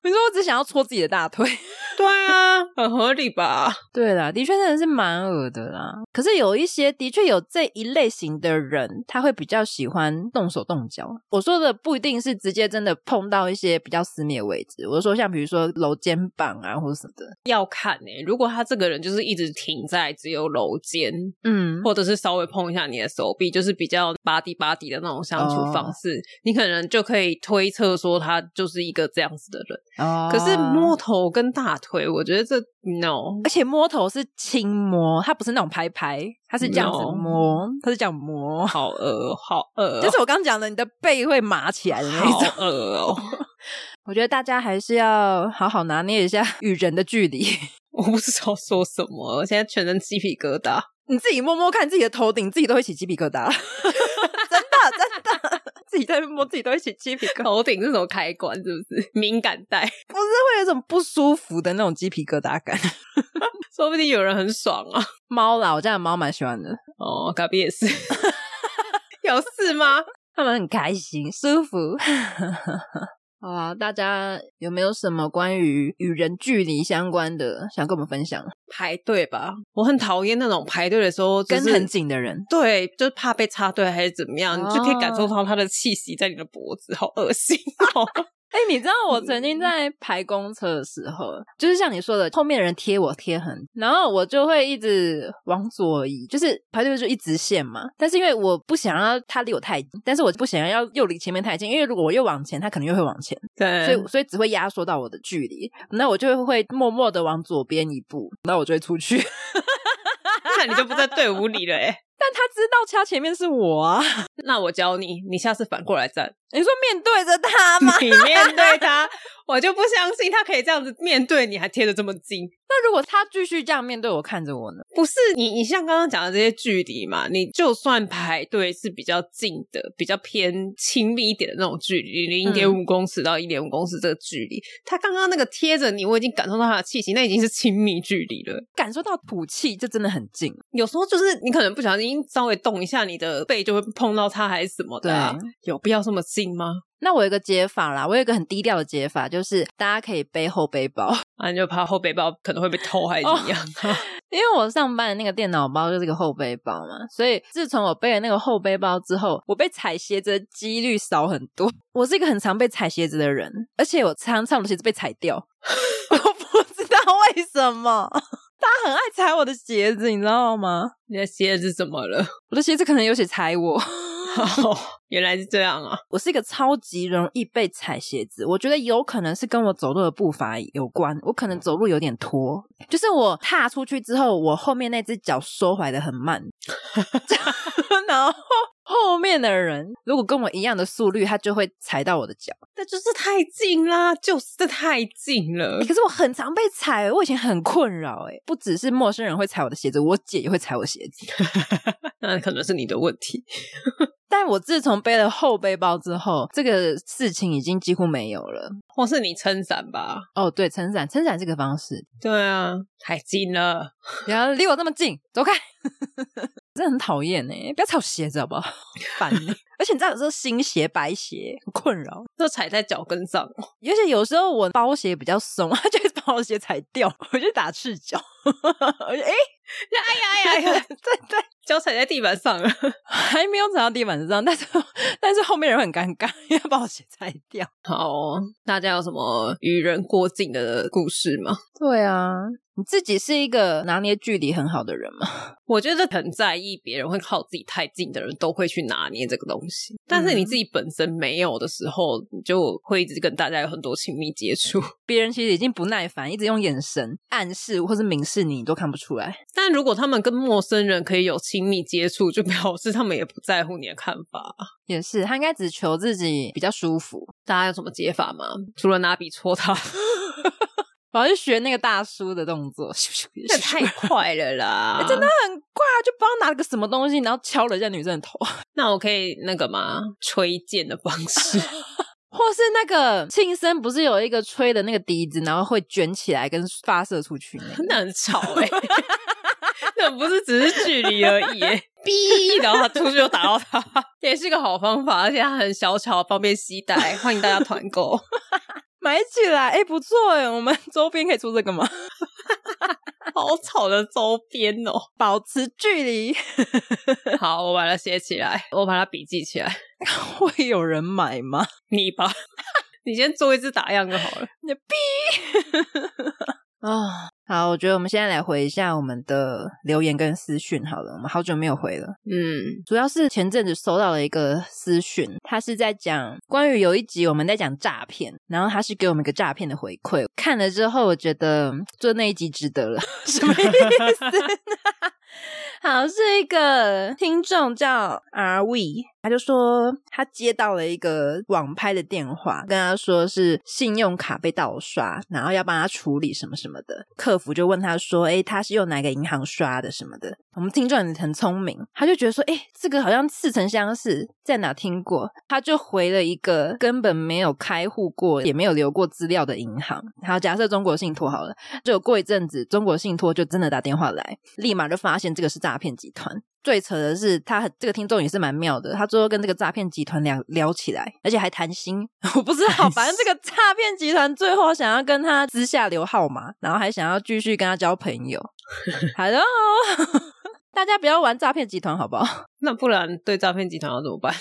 S2: 你说我只想要戳自己的大腿。
S1: 对啊，很合理吧？
S2: 对啦，的确真的是蛮恶的啦。可是有一些的确有这一类型的人，他会比较喜欢动手动脚。我说的不一定是直接真的碰到一些比较私密的位置，我是说像比如说揉肩膀啊或者什么的。
S1: 要看呢、如果他这个人就是一直停在只有楼间，
S2: 嗯，
S1: 或者是稍微碰一下你的手臂，就是比较巴迪巴迪的那种相处方式，你可能就可以推测说他就是一个这样子的人。
S2: 哦
S1: 可是摸，头跟大腿，我觉得这 no，
S2: 而且摸头是轻摸，他不是那种拍拍，他是这样子
S1: No
S2: 摸，他是这样摸，
S1: 好恶，好恶哦，
S2: 就是我刚讲的，你的背会麻起来的那一种。
S1: 好恶哦。
S2: [LAUGHS] 我觉得大家还是要好好拿捏一下与人的距离。 [LAUGHS]
S1: 我不知道说什么，我现在全身鸡皮疙瘩。
S2: 你自己摸摸看自己的头顶，自己都会起鸡皮疙瘩， [LAUGHS] 真的真的， [LAUGHS] 自己在那边摸自己都会起鸡皮
S1: [LAUGHS]
S2: 疙瘩，
S1: 头顶是什么开关？是不是 [LAUGHS] 敏感带？
S2: 不是会有一种不舒服的那种鸡皮疙瘩感。 [LAUGHS]
S1: 说不定有人很爽啊！
S2: 猫啦，我家的猫蛮喜欢的，
S1: 哦，隔壁也是， [LAUGHS] 有事吗？
S2: 它们很开心，舒服。 [LAUGHS] 好啊，大家有没有什么关于与人距离相关的想跟我们分享？
S1: 排队吧，我很讨厌那种排队的时候、就
S2: 跟
S1: 是、
S2: 很。紧的人，
S1: 对，就是怕被插队还是怎么样，你就可以感
S2: 哦
S1: 受到他的气息在你的脖子，好恶心哦！ [LAUGHS]
S2: 哎、你知道我曾经在排公车的时候，就是像你说的，后面的人贴我贴很，然后我就会一直往左移，就是排队就一直线嘛。但是因为我不想要他离我太近，但是我不想要又离前面太近，因为如果我又往前，他可能又会往前，
S1: 对，
S2: 所以所以只会压缩到我的距离。那我就会默默的往左边一步，那我就会出去。
S1: 那你就不在队伍里了哎。
S2: 但他知道他前面是我啊，
S1: [LAUGHS]
S2: [LAUGHS]
S1: 那我教你，你下次反过来站，
S2: 你说面对着他
S1: [LAUGHS]
S2: 吗？
S1: 你面对他，我就不相信他可以这样子面对你，还贴的这么近。
S2: 那如果他继续这样面对我看着我呢？
S1: 不是你，你像刚刚讲的这些距离嘛，你就算排队是比较近的、比较偏亲密一点的那种距离，零点
S2: 嗯
S1: 五公尺到一点五公尺这个距离，他刚刚那个贴着你，我已经感受到他的气息，那已经是亲密距离了。
S2: 感受到吐气，就真的很近。
S1: 有时候就是你可能不小心稍微动一下，你的背就会碰到他还是什么的啊、
S2: 对
S1: 有必要这么近吗？
S2: 那我有一个解法啦，我有一个很低调的解法，就是大家可以背后背包， [LAUGHS]
S1: 啊，你就怕后背包可能会被偷还是怎么样？ [LAUGHS]
S2: 因为我上班的那个电脑包就是个后背包嘛，所以自从我背了那个后背包之后，我被踩鞋子的几率少很多。 [LAUGHS] 我是一个很常被踩鞋子的人，而且我常常我的鞋子被踩掉， [LAUGHS] 我不知道为什么， [LAUGHS] 大家很爱踩我的鞋子，你知道吗？
S1: 你的鞋子怎么了？
S2: 我的鞋子可能有写踩我。 [LAUGHS]
S1: 哦，原来是这样啊！
S2: 我是一个超级容易被踩鞋子，我觉得有可能是跟我走路的步伐有关。我可能走路有点拖，就是我踏出去之后，我后面那只脚收回来的很慢，然后后面的人如果跟我一样的速率，他就会踩到我的脚。
S1: 那就是太近啦，就是太近了
S2: 欸。可是我很常被踩，我以前很困扰哎，不只是陌生人会踩我的鞋子，我姐也会踩我鞋子。 [LAUGHS]
S1: 那可能是你的问题。
S2: 但我自从背了后背包之后，这个事情已经几乎没有了。
S1: 或是你撑伞吧？
S2: 哦，对，撑伞，撑伞这个方式，
S1: 对啊，太近了。
S2: 不要离我那么近，走开！ [LAUGHS] 真的很讨厌欸呢，不要踩我鞋子好 [LAUGHS] 不好？烦欸、而且你知道，有时候新鞋、白鞋很困扰，
S1: 这踩在脚跟上，
S2: 而且有时候我包鞋比较松， [LAUGHS] 他就会把我鞋踩掉，我就打赤脚。 [LAUGHS] 我
S1: 哎
S2: 就哎，
S1: 呀哎呀哎呀，
S2: 对对，
S1: 脚踩在地板上了。
S2: [LAUGHS]
S1: [LAUGHS]
S2: 还没有踩到地板上，但是但是后面人会很尴尬，因为他把我鞋踩掉。
S1: 好哦、大家有什么与人过境的故事吗？
S2: 对啊，你自己是一个拿捏距离很好的人吗？
S1: 我觉得很在意别人会靠自己太近的人都会去拿捏这个东西，但
S2: 嗯
S1: 是你自己本身没有的时候，你就会一直跟大家有很多亲密接触。 [LAUGHS]
S2: 别人其实已经不耐烦，一直用眼神暗示或是明示你，你都看不出来。
S1: 但如果他们跟陌生人可以有亲密接触，就表示他们也不在乎你的看法。
S2: 也是，他应该只求自己比较舒服。
S1: 大家有什么解法吗？除了拿笔戳他， [LAUGHS]
S2: 我要去学那个大叔的动作， [LAUGHS] 咻咻咻
S1: 这太快了啦！
S2: 哎真的，很快啊，就不知道拿了个什么东西，然后敲了一下女生的头， [LAUGHS]
S1: 那我可以那个吗？吹剑的方式，
S2: 或是那个庆生不是有一个吹的那个笛子，然后会卷起来跟 [LAUGHS] 发射出去那个。
S1: [LAUGHS] 那很吵哎、那不是只是距离而已、欸，哔，然后他出去就打到他，也是个好方法，而且它很小巧，方便携带，欢迎大家团购。
S2: 买起来，哎、不错哎，我们 [LAUGHS] 周边可以出这个吗？
S1: 好吵的周边哦！ [LAUGHS]
S2: 保持距离， [LAUGHS]
S1: 好，我把它写起来，我把它笔记起来。
S2: 会有人买吗？
S1: 你吧， [LAUGHS] 你先做一次打样就好了。
S2: 你逼 [LAUGHS] 啊！好，我觉得我们现在来回一下我们的留言跟私讯好了，我们好久没有回了。
S1: 嗯，
S2: 主要是前阵子收到了一个私讯，他是在讲关于有一集我们在讲诈骗，然后他是给我们一个诈骗的回馈。看了之后，我觉得嗯做那一集值得了。 [LAUGHS] 什么意思呢？好，是一个听众叫 R V，他就说他接到了一个网拍的电话，跟他说是信用卡被盗刷，然后要帮他处理什么什么的。客服就问他说：“诶，他是用哪个银行刷的什么的？”我们听众很很聪明，他就觉得说：“诶，这个好像似曾相识，在哪听过？”他就回了一个根本没有开户过，也没有留过资料的银行。好，假设中国信托好了，就过一阵子，中国信托就真的打电话来，立马就发现这个是诈骗集团。最扯的是，他很这个听众也是蛮妙的，他最后跟这个诈骗集团聊聊起来，而且还谈心。 [LAUGHS] 我不知道，反正这个诈骗集团最后想要跟他私下留号码，然后还想要继续跟他交朋友。Hello，大家不要玩诈骗集团好不好？
S1: 那不然对诈骗集团要怎么办？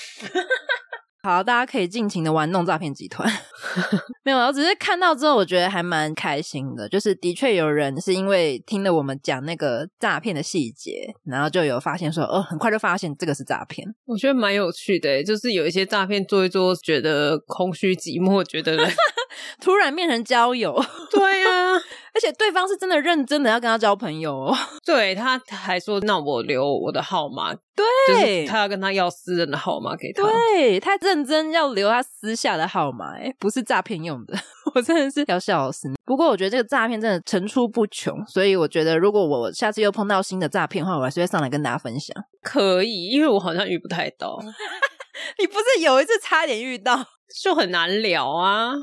S2: 好，大家可以尽情的玩弄诈骗集团。 [LAUGHS] 没有，我只是看到之后，我觉得还蛮开心的。就是的确有人是因为听了我们讲那个诈骗的细节，然后就有发现说，哦，很快就发现这个是诈骗。
S1: 我觉得蛮有趣的欸，就是有一些诈骗做一做，觉得空虚寂寞，觉得 [LAUGHS]
S2: 突然变成交友， [LAUGHS]
S1: 对啊呀、
S2: 而且对方是真的认真的要跟他交朋友哦。 [LAUGHS]
S1: 对，他还说那我留我的号码，就是
S2: 对
S1: 他要跟他要私人的号码给他。
S2: 对啊他认真要留他私下的号码，哎，不是诈骗用的， [LAUGHS] 我真的是要笑死。不过我觉得这个诈骗真的层出不穷，所以我觉得如果我下次又碰到新的诈骗的话，我还是会上来跟大家分享。
S1: 可以，因为我好像遇不太到，
S2: [LAUGHS] 你不是有一次差点遇到？ [LAUGHS]
S1: 就很难聊啊。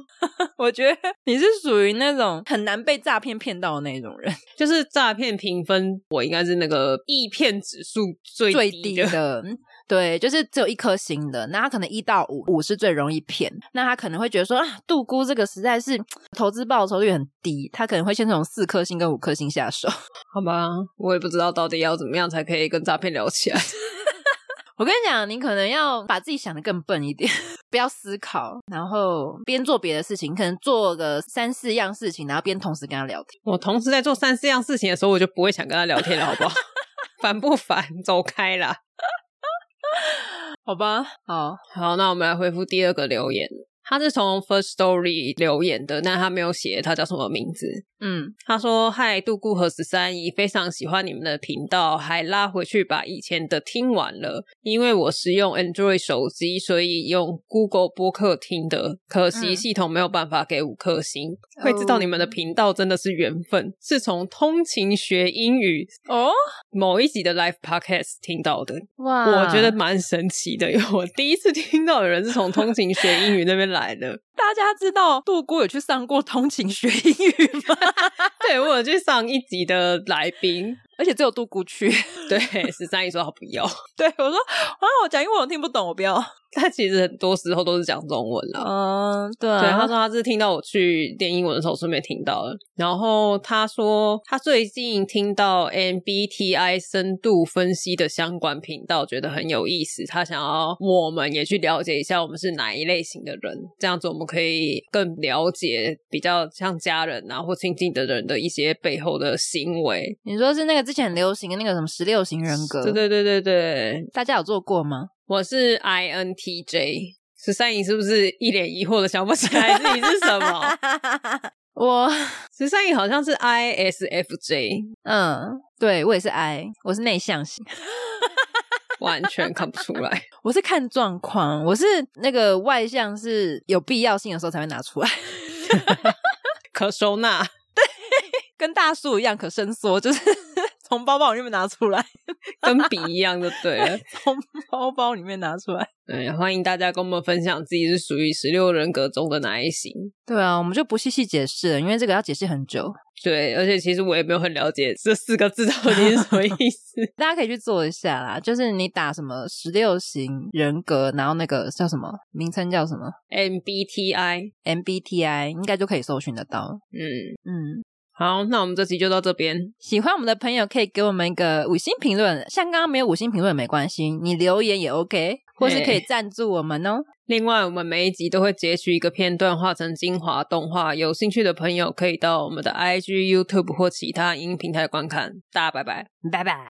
S2: 我觉得你是属于那种很难被诈骗骗到的那种人，
S1: 就是诈骗评分，我应该是那个易骗指数最
S2: 最
S1: 低
S2: 低
S1: 的。
S2: 的。 [LAUGHS] 嗯对，就是只有一颗星的，那他可能一到五，五是最容易骗。那他可能会觉得说啊，杜姑这个实在是投资报酬率很低，他可能会先从四颗星跟五颗星下手。
S1: 好吧，我也不知道到底要怎么样才可以跟诈骗聊起
S2: [LAUGHS]
S1: 来。
S2: 我跟你讲，你可能要把自己想的更笨一点， [LAUGHS] 不要思考，然后边做别的事情，可能做个三四样事情，然后边同时跟他聊天。
S1: 我同时在做三四样事情的时候，我就不会想跟他聊天了，好不
S2: [LAUGHS]
S1: 好？烦不烦？走开啦！
S2: 好吧，好，
S1: 好，那我们来回复第二个留言，他是从 First Story 留言的，但他没有写他叫什么名字。
S2: 嗯，
S1: 他说：“嗨，杜固和十三姨，非常喜欢你们的频道，还拉回去把以前的听完了。因为我是用 Android 手机，所以用 Google 播客听的，可惜
S2: 嗯哦
S1: 系统没有办法给五颗星。会知道你们的频道真的是缘分，是从通勤学英语
S2: 哦，
S1: 某一集的 Live Podcast 听到的。
S2: 哇
S1: 我觉得蛮神奇的，因为我第一次听到有人是从通勤学英语那边来
S2: [LAUGHS]
S1: 的。
S2: 大家知道杜姑有去上过通勤学英语吗？
S1: 对我有去上一集的来宾，
S2: [LAUGHS] 而且只有杜姑去。
S1: 对十三姨说她不要，
S2: [LAUGHS]
S1: [LAUGHS]
S2: 对我说啊，我讲英文我听不懂，我不要。
S1: 他其实很多时候都是讲中文啦。
S2: 嗯，对啊
S1: 对，他说他是听到我去练英文的时候顺便听到了。然后他说他最近听到 MBTI 深度分析的相关频道，觉得很有意思。他想要我们也去了解一下我们是哪一类型的人，这样子我们可以更了解比较像家人啊或亲近的人的一些背后的行为。
S2: 你说是那个之前很流行的那个什么十六型人格，
S1: 对，对对对对，
S2: 大家有做过吗？
S1: 我是 INTJ。十三姨是不是一脸疑惑的想不起来自己是什么？
S2: 我
S1: 十三姨好像是 ISFJ，
S2: 嗯，对我也是 I，我是内向型，
S1: 完全看不出来。
S2: 我是看状况，我是那个外向是有必要性的时候才会拿出来， [LAUGHS]
S1: 可收纳，
S2: 跟大树一样可伸缩，就是 [LAUGHS] 从包包里面拿出来， [LAUGHS]
S1: 跟笔一样就对了。
S2: 从包包里面拿出来。
S1: 对，欢迎大家跟我们分享自己是属于十六人格中的哪一型。
S2: 对啊，我们就不细细解释了，因为这个要解释很久，
S1: 对，而且其实我也没有很了解这四个字到底是什么意思。 [LAUGHS]
S2: 大家可以去做一下啦。就是你打什么十六型人格，然后那个叫什么名称叫什么
S1: MBTI，
S2: MBTI，应该就可以搜寻得到。
S1: 嗯，
S2: 嗯，
S1: 好，那我们这集就到这边。
S2: 喜欢我们的朋友可以给我们一个五星评论，像刚刚没有五星评论没关系，你留言也 OK，或是可以赞助我们哦。
S1: 另外，我们每一集都会截取一个片段，画成精华动画。有兴趣的朋友可以到我们的 IG、YouTube 或其他影音平台观看。大家拜拜。
S2: 拜拜。